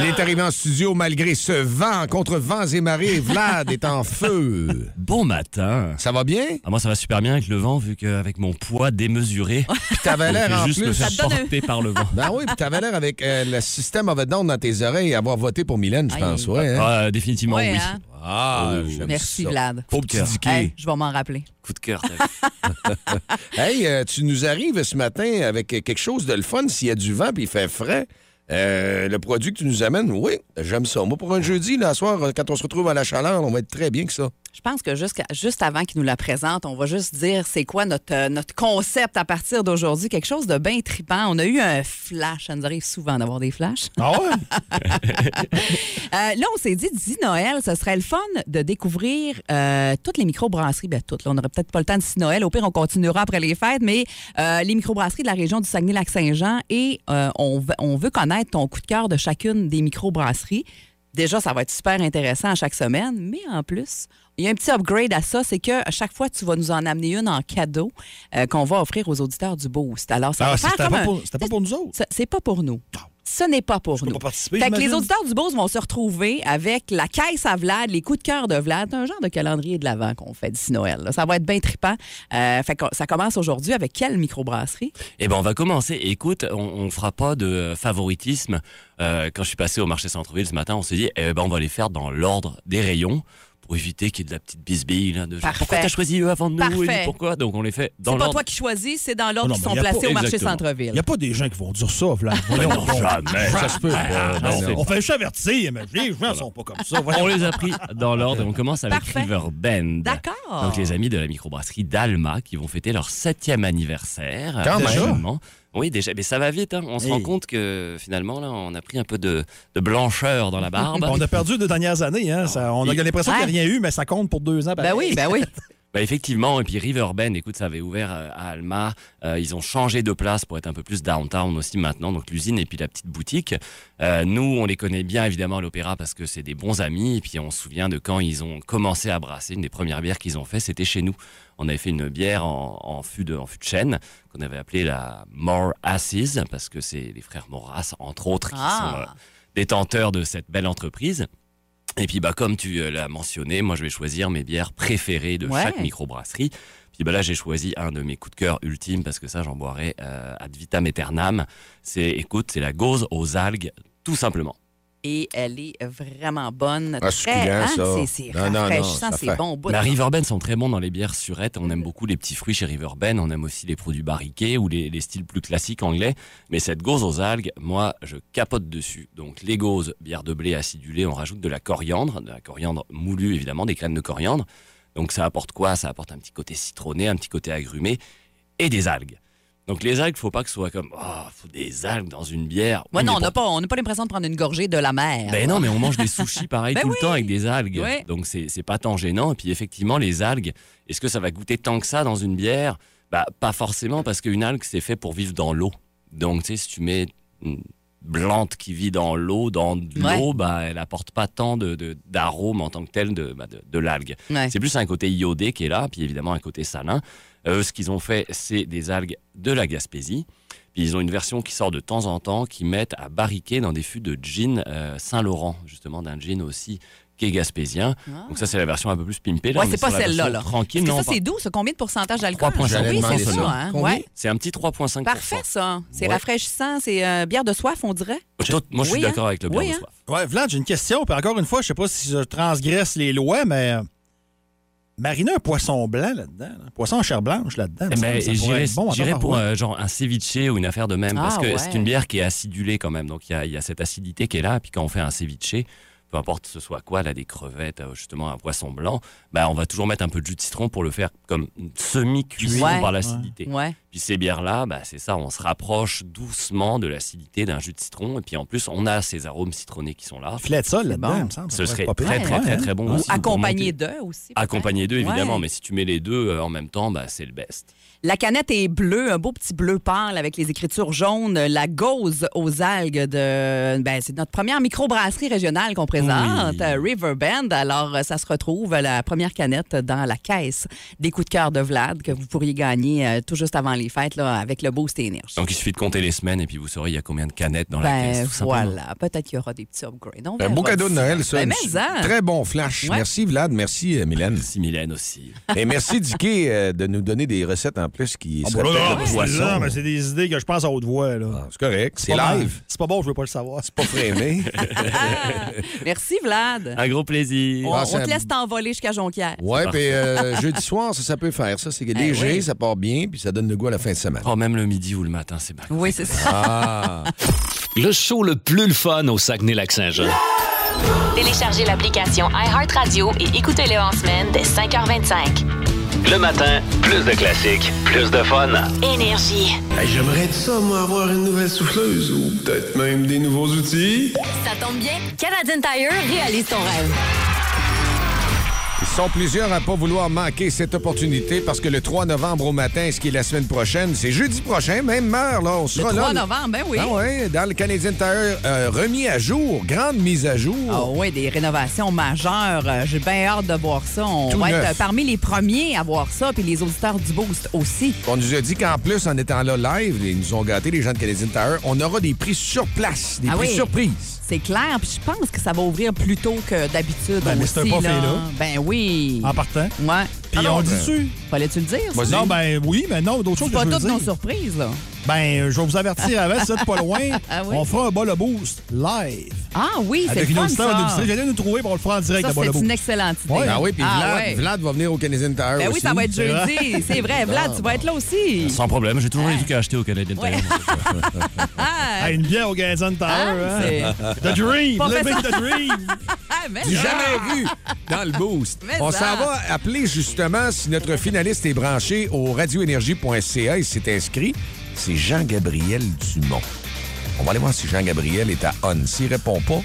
Speaker 3: Il est arrivé en studio malgré ce vent, contre vents et marées. Vlad est en feu.
Speaker 10: Bon matin.
Speaker 3: Ça va bien?
Speaker 10: Ah, moi, ça va super bien avec le vent, vu qu'avec mon poids démesuré,
Speaker 3: Puis t'avais
Speaker 10: je
Speaker 3: l'air
Speaker 10: vais
Speaker 3: en
Speaker 10: juste me
Speaker 3: plus.
Speaker 10: faire porter par le vent.
Speaker 3: Ben oui, puis t'avais l'air avec euh, le système of a down dans tes oreilles et avoir voté pour Mylène, je
Speaker 4: Aïe.
Speaker 3: pense. Ouais, hein?
Speaker 10: Ah, définitivement,
Speaker 4: Ouais,
Speaker 10: oui. Oh.
Speaker 4: hein?
Speaker 3: Ah, j'aime
Speaker 4: Merci,
Speaker 3: ça.
Speaker 4: Vlad.
Speaker 3: Pauvre petit diquet.
Speaker 4: Hey, je vais m'en rappeler.
Speaker 10: Coup de cœur. t'as vu.
Speaker 3: Hey, euh, tu nous arrives ce matin avec euh, quelque chose de le fun. S'il y a du vent puis il fait frais, euh, le produit que tu nous amènes, oui, j'aime ça. Moi, pour un jeudi, là, soir, euh, quand on se retrouve à la chaleur, on va être très bien que ça.
Speaker 4: Je pense que jusqu'à- juste avant qu'il nous la présente, on va juste dire c'est quoi notre, euh, notre concept à partir d'aujourd'hui. Quelque chose de bien tripant. On a eu un flash. Ça nous arrive souvent d'avoir des flashs.
Speaker 5: Ah ouais?
Speaker 4: Euh, là, on s'est dit, dit Noël, ce serait le fun de découvrir euh, toutes les microbrasseries. Ben, toutes. là. on n'aurait peut-être pas le temps de si Noël. Au pire, on continuera après les fêtes, mais euh, les microbrasseries de la région du Saguenay-Lac-Saint-Jean. Et euh, on, ve- on veut connaître ton coup de cœur de chacune des microbrasseries. Déjà, ça va être super intéressant à chaque semaine, mais en plus, il y a un petit upgrade à ça, c'est que à chaque fois, tu vas nous en amener une en cadeau euh, qu'on va offrir aux auditeurs du Boost. Alors, ça va
Speaker 5: Ah,
Speaker 4: faire
Speaker 5: c'était
Speaker 4: comme
Speaker 5: pas,
Speaker 4: un-
Speaker 5: pour- c'était pas pour nous autres.
Speaker 4: ça- C'est pas pour nous. Ce n'est pas pour
Speaker 5: Je peux
Speaker 4: nous.
Speaker 5: pas participer,
Speaker 4: Fait que les
Speaker 5: j'imagine.
Speaker 4: auditeurs du Beauce vont se retrouver avec la caisse à Vlad, les coups de cœur de Vlad. C'est un genre de calendrier de l'avant qu'on fait d'ici Noël. là. Ça va être bien trippant. Euh, fait que ça commence aujourd'hui avec quelle microbrasserie?
Speaker 10: Eh ben, on va commencer. Écoute, on, on fera pas de euh, favoritisme. Euh, quand je suis passé au marché centre-ville ce matin, on s'est dit, eh ben, on va les faire dans l'ordre des rayons pour éviter qu'il y ait de la petite bisbille. Là, de genre,
Speaker 4: Parfait.
Speaker 10: pourquoi t'as choisi eux avant de nous et
Speaker 4: Parfait.
Speaker 10: nous, pourquoi Donc, on les fait dans
Speaker 4: C'est pas
Speaker 10: l'ordre.
Speaker 4: toi qui choisis, c'est dans
Speaker 5: Non,
Speaker 4: l'ordre
Speaker 5: non,
Speaker 4: qui
Speaker 5: mais
Speaker 4: sont
Speaker 5: y a pas-
Speaker 4: placés au marché
Speaker 5: Il
Speaker 10: Exactement.
Speaker 5: n'y
Speaker 4: centre-ville.
Speaker 5: a pas des gens qui vont dire ça, Vlad.
Speaker 10: Mais
Speaker 5: Voyons
Speaker 10: non,
Speaker 5: donc.
Speaker 10: jamais.
Speaker 3: Ça se peut.
Speaker 10: Ah,
Speaker 3: pas.
Speaker 10: non,
Speaker 3: Non.
Speaker 10: c'est-
Speaker 5: On fait juste avertir, mais les gens sont pas comme ça. voyons.
Speaker 10: On les a pris dans l'ordre. On commence avec
Speaker 4: Parfait.
Speaker 10: River Bend.
Speaker 4: D'accord.
Speaker 10: Donc, les amis de la microbrasserie d'Alma qui vont fêter leur septième anniversaire.
Speaker 3: Quand
Speaker 10: euh,
Speaker 5: même.
Speaker 10: prochainement. Oui, déjà. Mais ça va vite. hein. On se
Speaker 5: Hey.
Speaker 10: rend compte que finalement, là, on a pris un peu de, de blancheur dans la barbe.
Speaker 5: On a perdu deux dernières années. Hein. ça- on a l'impression qu'il n'y a rien eu, mais ça compte pour deux ans.
Speaker 4: Ben oui, ben oui.
Speaker 10: Bah, effectivement, et puis Riverbend, écoute, ça avait ouvert euh, à Alma. Euh, ils ont changé de place pour être un peu plus downtown aussi maintenant, donc l'usine et puis la petite boutique. Euh, nous, on les connaît bien évidemment à l'opéra parce que c'est des bons amis, et puis on se souvient de quand ils ont commencé à brasser. Une des premières bières qu'ils ont fait, c'était chez nous. On avait fait une bière en, en fût de, en fût de chêne qu'on avait appelée la More Asses parce que c'est les frères Moras, entre autres, qui
Speaker 4: Ah.
Speaker 10: sont euh, détenteurs de cette belle entreprise. Et puis, bah, comme tu euh, l'as mentionné, moi, je vais choisir mes bières préférées de
Speaker 4: Ouais.
Speaker 10: chaque microbrasserie. Puis bah, là, j'ai choisi un de mes coups de cœur ultimes parce que ça, j'en boirai euh, ad vitam aeternam. C'est, écoute, c'est la gauze aux algues, tout simplement.
Speaker 4: Et elle est vraiment bonne.
Speaker 3: Ah, succulent,
Speaker 4: hein,
Speaker 3: ça.
Speaker 4: c'est- C'est
Speaker 3: Non, non, non,
Speaker 4: rafraîchissant,
Speaker 3: ça
Speaker 4: c'est
Speaker 3: fait-
Speaker 4: bon. au bout.
Speaker 10: La Riverben sont très bons dans les bières surettes. On aime beaucoup les petits fruits chez Riverben. On aime aussi les produits barriqués ou les, les styles plus classiques anglais. Mais cette gauze aux algues, moi, je capote dessus. Donc, les gauzes, bière de blé acidulée, on rajoute de la coriandre, de la coriandre moulue, évidemment, des graines de coriandre. Donc, ça apporte quoi Ça apporte un petit côté citronné, un petit côté agrumé et des algues. Donc, les algues, faut pas que ce soit comme oh, faut des algues dans une bière.
Speaker 4: Ouais,
Speaker 10: Oui,
Speaker 4: non, on
Speaker 10: mais pour-
Speaker 4: n'a pas, on n'a pas l'impression de prendre une gorgée de la mer.
Speaker 10: ben non, mais on mange des sushis pareil
Speaker 4: Ben
Speaker 10: tout
Speaker 4: oui.
Speaker 10: le temps avec des algues.
Speaker 4: Ouais.
Speaker 10: Donc c'est c'est pas tant gênant. Et puis effectivement, les algues, est-ce que ça va goûter tant que ça dans une bière Bah pas forcément, parce qu'une algue, c'est fait pour vivre dans l'eau. Donc tu sais, si tu mets une blante qui vit dans l'eau, dans de
Speaker 4: Ouais.
Speaker 10: l'eau, bah, elle apporte pas tant d'arômes de, d'arômes en tant que tel de, bah, de, de l'algue.
Speaker 4: Ouais.
Speaker 10: C'est plus un côté iodé qui est là, puis évidemment un côté salin. Euh, ce qu'ils ont fait, c'est des algues de la Gaspésie. Puis ils ont une version qui sort de temps en temps, qu'ils mettent à barriquer dans des fûts de gin euh, Saint-Laurent, justement d'un gin aussi qui est gaspésien.
Speaker 4: Ah.
Speaker 10: Donc ça, c'est la version un peu plus pimpée. Là,
Speaker 4: Ouais,
Speaker 10: on
Speaker 4: c'est
Speaker 10: est
Speaker 4: pas
Speaker 10: sur la
Speaker 4: celle-là, là.
Speaker 10: version Tranquille,
Speaker 4: Parce que
Speaker 10: non,
Speaker 4: ça, c'est doux, ce combien de pourcentage d'alcool?
Speaker 10: 3,5
Speaker 4: Oui, c'est
Speaker 10: seulement.
Speaker 4: ça. hein,
Speaker 3: Combien?
Speaker 4: ouais.
Speaker 10: c'est un petit 3,5%.
Speaker 4: Parfait, ça. C'est
Speaker 10: Ouais.
Speaker 4: rafraîchissant, c'est euh, bière de soif, on dirait.
Speaker 10: Toi, Moi, je suis
Speaker 4: Oui, hein.
Speaker 10: d'accord avec le blanc
Speaker 4: Oui,
Speaker 10: de
Speaker 4: hein.
Speaker 10: soif.
Speaker 5: Ouais, Vlad, j'ai une question. Puis encore une fois, je sais pas si je transgresse les lois, mais euh, mariner un poisson blanc là-dedans, là, un poisson en chair blanche là-dedans,
Speaker 10: Eh ben,
Speaker 5: ça pourrait
Speaker 10: j'irais
Speaker 5: être bon à
Speaker 10: j'irais
Speaker 5: part,
Speaker 10: pour
Speaker 5: ouais.
Speaker 10: euh, genre un ceviche ou une affaire de même
Speaker 4: Ah,
Speaker 10: parce que
Speaker 4: ouais.
Speaker 10: c'est une bière qui est acidulée quand même donc il y a, il y a cette acidité qui est là puis quand on fait un ceviche peu importe ce soit quoi là des crevettes euh, justement un poisson blanc bah on va toujours mettre un peu de jus de citron pour le faire comme une semi cuisson
Speaker 4: Ouais.
Speaker 10: par l'acidité
Speaker 4: Ouais.
Speaker 10: puis ces bières là bah c'est ça on se rapproche doucement de l'acidité d'un jus de citron et puis en plus on a ces arômes citronnés qui sont là
Speaker 5: filet de sol là-dedans,
Speaker 4: bon.
Speaker 5: il me semble, ça pourrait
Speaker 10: ce serait
Speaker 5: être pas
Speaker 10: très
Speaker 5: pire.
Speaker 10: très
Speaker 5: Ouais,
Speaker 10: très très,
Speaker 5: hein.
Speaker 10: bon
Speaker 4: Ou
Speaker 10: aussi pour
Speaker 4: accompagné
Speaker 10: monter.
Speaker 4: d'eux aussi. peut-être.
Speaker 10: accompagné d'eux évidemment
Speaker 4: Ouais.
Speaker 10: mais si tu mets les deux euh, en même temps bah c'est le best
Speaker 4: La canette est bleue, un beau petit bleu pâle avec les écritures jaunes, la gauze aux algues de. Ben, c'est notre première microbrasserie régionale qu'on présente,
Speaker 10: Oui.
Speaker 4: euh, River Bend. Alors, euh, ça se retrouve, euh, la première canette, dans la caisse des coups de cœur de Vlad que vous pourriez gagner euh, tout juste avant les fêtes là, avec le boost et énergie.
Speaker 10: Donc, il suffit de compter les semaines et puis vous saurez il y a combien de canettes dans la
Speaker 4: Ben
Speaker 10: caisse. tout simplement.
Speaker 4: voilà, peut-être qu'il y aura des petits upgrades. On
Speaker 3: Un beau
Speaker 4: verra
Speaker 3: cadeau de
Speaker 4: d'ici
Speaker 3: Noël,
Speaker 4: là.
Speaker 3: ça.
Speaker 4: Ben,
Speaker 3: Une-
Speaker 4: mais
Speaker 5: hein.
Speaker 4: en.
Speaker 3: Très bon flash.
Speaker 4: Ouais.
Speaker 3: Merci, Vlad. Merci, euh, Mylène.
Speaker 10: Merci Mylène aussi.
Speaker 3: Et merci, Dicky, euh, de nous donner des recettes en plus qui
Speaker 5: Ah,
Speaker 3: seraient
Speaker 5: bah, là,
Speaker 3: peut-être
Speaker 5: là,
Speaker 3: de
Speaker 5: c'est
Speaker 3: poisson.
Speaker 5: ça, mais c'est des idées que je pense à haute voix. là.
Speaker 3: Ah, C'est correct. C'est
Speaker 5: Pas mal.
Speaker 3: live.
Speaker 5: C'est pas bon, je veux pas le savoir.
Speaker 3: Pas freiné.
Speaker 4: Merci, Vlad.
Speaker 10: Un gros plaisir.
Speaker 4: On,
Speaker 3: Ah,
Speaker 4: on
Speaker 3: c'est un-
Speaker 4: te laisse t'envoler jusqu'à Jonquière.
Speaker 5: Ah.
Speaker 3: Ouais, puis euh, jeudi soir, ça, ça peut faire. Ça,
Speaker 5: Eh
Speaker 3: c'est léger, ça part bien, puis ça donne le goût à la fin de semaine.
Speaker 10: Oh, même le midi ou le matin, c'est bien.
Speaker 4: Oui, c'est ça.
Speaker 3: Ah!
Speaker 2: Le show le plus le fun au Saguenay-Lac-Saint-Jean.
Speaker 1: Téléchargez l'application iHeartRadio et écoutez-le en semaine dès 5h25.
Speaker 2: Le matin, plus de classiques, plus de fun.
Speaker 1: Énergie.
Speaker 6: J'aimerais ça, moi, avoir une nouvelle souffleuse ou peut-être même des nouveaux outils.
Speaker 11: Ça tombe bien, Canadian Tire réalise ton rêve.
Speaker 3: Ils sont plusieurs à pas vouloir manquer cette opportunité parce que le 3 novembre au matin, ce qui est la semaine prochaine, c'est jeudi prochain, même heure, là, on
Speaker 4: Le
Speaker 3: sera
Speaker 4: 3
Speaker 3: là.
Speaker 4: novembre, ben oui.
Speaker 3: Ah ouais, dans le Canadian Tire euh, remis à jour, grande mise à jour.
Speaker 4: Ah oui, des rénovations majeures. Euh, J'ai bien hâte de voir ça. On
Speaker 3: Tout
Speaker 4: va être
Speaker 3: neuf.
Speaker 4: euh, parmi les premiers à voir ça, puis les auditeurs du Boost aussi.
Speaker 3: On nous a dit qu'en plus, en étant là live, ils nous ont gâtés, les gens de Canadian Tire, on aura des prix sur place, des
Speaker 4: Ah
Speaker 3: prix
Speaker 4: oui.
Speaker 3: surprises.
Speaker 4: C'est clair, puis je pense que ça va ouvrir plus tôt que d'habitude
Speaker 5: Ben, mais
Speaker 4: aussi.
Speaker 5: c'est un pas fait, là.
Speaker 4: Ben
Speaker 3: Ah.
Speaker 4: oui.
Speaker 5: En partant.
Speaker 4: Ouais. Ah
Speaker 5: Puis on
Speaker 3: euh,
Speaker 5: dit dessus.
Speaker 4: Fallait-tu le dire, ça?
Speaker 5: Non, ben oui, mais non, d'autres choses
Speaker 4: C'est
Speaker 5: que je
Speaker 4: pas
Speaker 5: veux
Speaker 4: toutes nos
Speaker 5: dire.
Speaker 4: surprises, là.
Speaker 5: Ben, je vais vous avertir avant, si vous êtes pas loin,
Speaker 4: Ah oui?
Speaker 5: on fera un bol à boost live.
Speaker 4: Ah oui, c'est
Speaker 5: Avec
Speaker 4: le
Speaker 5: une
Speaker 4: fun,
Speaker 5: auditeur de
Speaker 4: ça.
Speaker 5: visiter. J'allais nous trouver, puis on le fera en direct,
Speaker 4: Ça,
Speaker 5: le bol à
Speaker 4: c'est
Speaker 5: boost.
Speaker 4: une excellente idée.
Speaker 5: Ouais.
Speaker 3: Ah oui, puis
Speaker 4: Ah
Speaker 3: Vlad,
Speaker 4: ouais.
Speaker 3: Vlad va venir au Canadian Tire
Speaker 4: Ben oui,
Speaker 3: aussi.
Speaker 4: ça va être jeudi. C'est vrai, Vlad, tu vas être là aussi.
Speaker 10: Sans problème, j'ai toujours des trucs à acheter au Canadien Tire.
Speaker 4: Ah,
Speaker 5: Ah, une bière au Gazan Tower.
Speaker 4: ah,
Speaker 5: hein?
Speaker 4: c'est-
Speaker 5: The Dream,
Speaker 4: Pas fait
Speaker 5: living
Speaker 4: ça.
Speaker 5: the dream.
Speaker 4: Ah, mais
Speaker 3: Du
Speaker 4: là.
Speaker 3: jamais vu dans le boost.
Speaker 4: Mais
Speaker 3: On
Speaker 4: ça.
Speaker 3: s'en va appeler justement si notre finaliste est branché au radioénergie.ca et s'est inscrit. C'est Jean-Gabriel Dumont. On va aller voir si Jean-Gabriel est à on. S'il répond pas,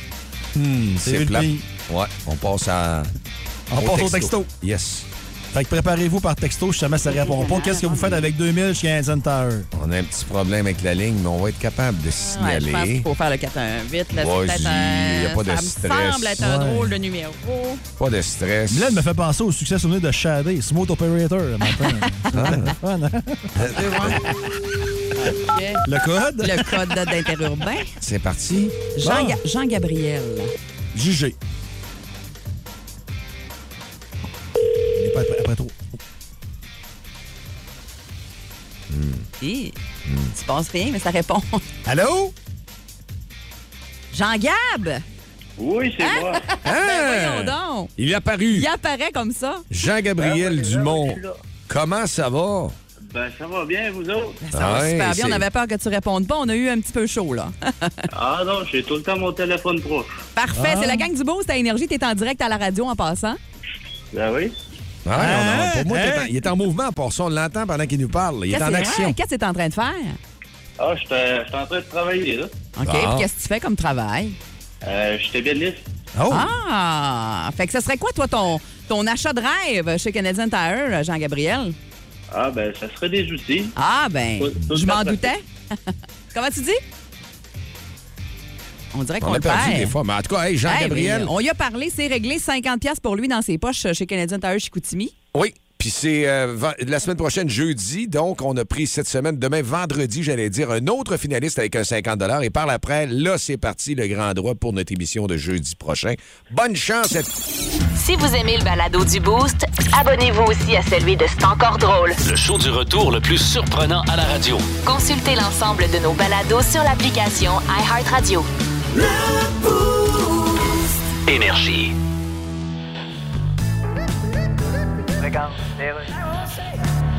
Speaker 3: hmm, c'est
Speaker 5: lui
Speaker 3: plat.
Speaker 5: le pays.
Speaker 3: Ouais, on passe à.
Speaker 5: On passe au texto.
Speaker 3: Yes.
Speaker 5: Fait que préparez-vous par texto, je sais jamais si ça répond pas. Qu'est-ce que vous faites avec 2000 chez Gazan Tower?
Speaker 3: On a un petit problème avec la ligne, mais on va être capable de
Speaker 4: Ouais, je pense
Speaker 3: signaler.
Speaker 4: qu'il faut faire le 418. Là,
Speaker 3: Vas-y,
Speaker 4: c'est peut-être un...
Speaker 3: y a pas de
Speaker 4: ça me
Speaker 3: stress.
Speaker 4: semble être un
Speaker 5: Ouais.
Speaker 4: drôle de numéro.
Speaker 3: pas de stress.
Speaker 5: Là, elle me fait penser au succès sonné de Shadé, Smooth Operator, le matin. Fun, hein? Le code?
Speaker 4: Le code d'interurbain.
Speaker 3: C'est parti.
Speaker 4: Jean, Ga- Jean-Gabriel.
Speaker 5: Jugé. Il est pas après, après trop.
Speaker 4: Hi.
Speaker 3: Hmm.
Speaker 4: Tu penses rien, mais ça répond.
Speaker 5: Allô?
Speaker 4: Jean-Gab!
Speaker 6: Oui, c'est moi.
Speaker 3: Hein?
Speaker 4: Ben, Voyons donc!
Speaker 3: Il est apparu.
Speaker 4: Il apparaît comme ça. Ah
Speaker 3: Jean-Gabriel
Speaker 6: Ben oui, ben oui,
Speaker 3: Dumont.
Speaker 6: je suis là.
Speaker 3: Comment ça va?
Speaker 6: Ben, ça va bien, vous autres?
Speaker 4: Ben, Ça va
Speaker 3: Ouais,
Speaker 4: super bien. On
Speaker 3: c'est-
Speaker 4: avait peur que tu répondes pas. On a eu un petit peu chaud, là.
Speaker 6: Ah non, j'ai tout le temps mon téléphone proche.
Speaker 4: Parfait.
Speaker 5: Ah.
Speaker 4: C'est la gang du beau. C'est à Énergie. T'es en direct à la radio en passant.
Speaker 6: Ben oui.
Speaker 3: Ouais, on a-
Speaker 5: Hein?
Speaker 3: pour moi, t'es en-
Speaker 5: Hein?
Speaker 3: il est en mouvement. Pour ça, on l'entend pendant qu'il nous parle. Il est
Speaker 4: Qu'est-ce
Speaker 3: en
Speaker 4: que-
Speaker 3: action.
Speaker 4: Ouais, Qu'est-ce que t'es en train de faire?
Speaker 6: Ah, je suis en train de travailler, là.
Speaker 4: OK.
Speaker 3: Bon.
Speaker 4: Puis qu'est-ce que tu fais comme travail?
Speaker 6: Euh, J'étais bien liste.
Speaker 5: Oh!
Speaker 4: Ah! Fait que ça serait quoi, toi, ton, ton achat de rêve chez Canadian Tire, Jean-Gabriel?
Speaker 6: Ah, ben, ça serait des outils.
Speaker 4: Ah, ben,
Speaker 6: Faut- faut
Speaker 4: je
Speaker 6: se
Speaker 4: m'en
Speaker 6: faire
Speaker 4: doutais. Comment tu dis? On dirait qu'on
Speaker 3: On
Speaker 4: le
Speaker 3: a perdu
Speaker 4: perd.
Speaker 3: des fois. Mais en tout cas, hey,
Speaker 4: Hey,
Speaker 3: Jean-Gabriel.
Speaker 4: mais on y a parlé, c'est réglé 50 pièces pour lui dans ses poches chez Canadian Tire Chicoutimi.
Speaker 3: Oui. Puis c'est euh, ven- la semaine prochaine, jeudi. Donc, on a pris cette semaine, demain, vendredi, j'allais dire, un autre finaliste avec un 50 Et par après, là, c'est parti, le grand droit pour notre émission de jeudi prochain. Bonne chance à
Speaker 1: Si vous aimez le balado du Boost, abonnez-vous aussi à celui de C'est encore drôle.
Speaker 2: Le show du retour le plus surprenant à la radio.
Speaker 1: Consultez l'ensemble de nos balados sur l'application iHeartRadio.
Speaker 2: Énergie.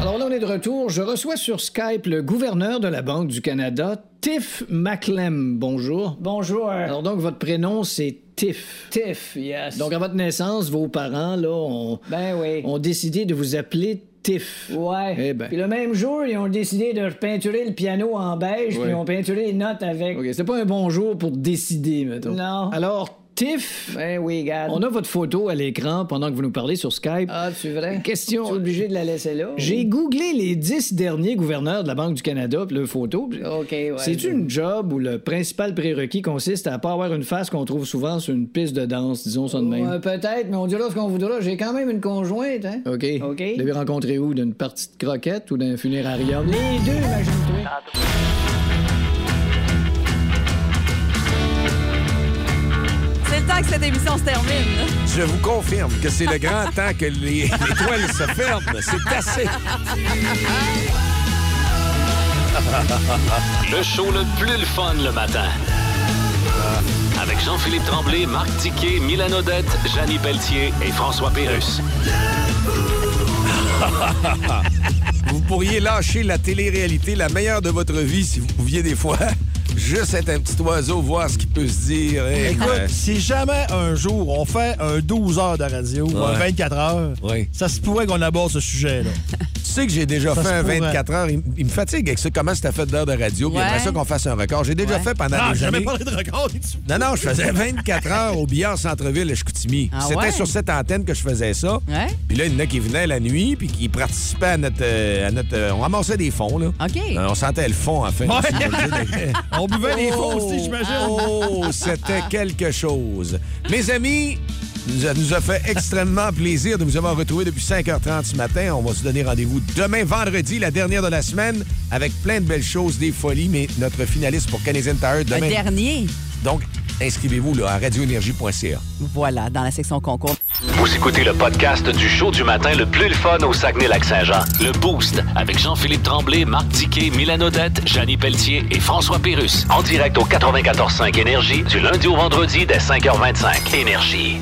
Speaker 7: Alors là, on est de retour. Je reçois sur Skype le gouverneur de la Banque du Canada, Tiff Maclem. Bonjour.
Speaker 9: Bonjour.
Speaker 7: Alors donc, votre prénom, c'est Tiff.
Speaker 9: Tiff, yes.
Speaker 7: Donc, à votre naissance, vos parents, là, ont,
Speaker 9: ben oui.
Speaker 7: ont décidé de vous appeler Tiff.
Speaker 9: Ouais.
Speaker 7: Eh ben.
Speaker 9: Puis le même jour, ils ont décidé de repeinturer le piano en beige,
Speaker 7: Ouais.
Speaker 9: puis ils ont peinturé les notes avec.
Speaker 7: OK, c'est pas un bon jour pour décider, mettons.
Speaker 9: Non.
Speaker 7: Alors, TIFF.
Speaker 9: Ben oui, garde.
Speaker 7: On a votre photo à l'écran pendant que vous nous parlez sur Skype.
Speaker 9: Ah, tu vrai?
Speaker 7: Question.
Speaker 9: Tu es obligé de la laisser là?
Speaker 7: J'ai googlé les dix derniers gouverneurs de la Banque du Canada, puis le photo. puis-
Speaker 9: OK, ouais.
Speaker 7: C'est une job où le principal prérequis consiste à pas avoir une face qu'on trouve souvent sur une piste de danse, disons ça de même.
Speaker 9: Ouais, Peut-être, mais on dira ce qu'on voudra. J'ai quand même une conjointe, hein?
Speaker 7: OK.
Speaker 9: OK.
Speaker 7: Vous l'avez rencontré où? D'une partie de croquette ou d'un funérarium?
Speaker 9: Les deux, imagine-toi.
Speaker 4: C'est le temps que cette émission se termine.
Speaker 3: Je vous confirme que c'est le grand temps que les, les toiles se ferment. C'est assez.
Speaker 2: Le show le plus le fun le matin. Avec Jean-Philippe Tremblay, Marc Tiquet, Milan Odette, Janine Pelletier et François Pérus.
Speaker 3: Vous pourriez lâcher la télé-réalité, la meilleure de votre vie, si vous pouviez des fois juste être un petit oiseau, voir ce qu'il peut se dire. Eh,
Speaker 5: Écoute,
Speaker 3: ouais.
Speaker 5: si jamais un jour on fait un 12 heures de radio ou un
Speaker 3: Ouais.
Speaker 5: 24 heures,
Speaker 3: Oui.
Speaker 5: ça se pourrait qu'on aborde ce sujet-là.
Speaker 3: Tu sais que j'ai déjà
Speaker 5: Ça
Speaker 3: fait
Speaker 5: se
Speaker 3: un
Speaker 5: pourrait.
Speaker 3: 24 heures. Il, il me fatigue avec ça. Comment c'était fait d'heures de radio? Puis
Speaker 4: Ouais.
Speaker 3: j'aimerais ça qu'on fasse un record. J'ai déjà
Speaker 4: Ouais.
Speaker 3: fait pendant
Speaker 5: Ah,
Speaker 3: des
Speaker 5: jamais
Speaker 3: années.
Speaker 5: parlé de record. tu-
Speaker 3: Non, non, je faisais 24 heures au billard centre-ville à Chicoutimi.
Speaker 4: Ah
Speaker 3: C'était
Speaker 4: ouais?
Speaker 3: sur cette antenne que je faisais ça.
Speaker 4: Ouais.
Speaker 3: Puis là, il y en a qui venaient la nuit, puis qui participaient à notre. euh, à notre euh, on ramassait des fonds, là.
Speaker 4: OK.
Speaker 3: Euh, on sentait le fond, en fait.
Speaker 5: Ouais.
Speaker 3: On le disait.
Speaker 5: On buvait des fonds
Speaker 3: Oh,
Speaker 5: aussi, j'imagine.
Speaker 3: Oh, c'était quelque chose. Mes amis, nous- ça nous a fait extrêmement plaisir de vous avoir retrouvés depuis 5h30 ce matin. On va se donner rendez-vous demain, vendredi, la dernière de la semaine, avec plein de belles choses, des folies, mais notre finaliste pour Canadian Tire
Speaker 4: Le
Speaker 3: demain.
Speaker 4: dernier.
Speaker 3: Donc, inscrivez-vous là, à radioénergie.ca.
Speaker 4: Voilà, dans la section concours.
Speaker 2: Vous écoutez le podcast du show du matin le plus le fun au Saguenay-Lac-Saint-Jean. Le Boost avec Jean-Philippe Tremblay, Marc Tiquet, Milan Odette, Janine Pelletier et François Pérus. En direct au 94.5 Énergie du lundi au vendredi dès 5h25. Énergie.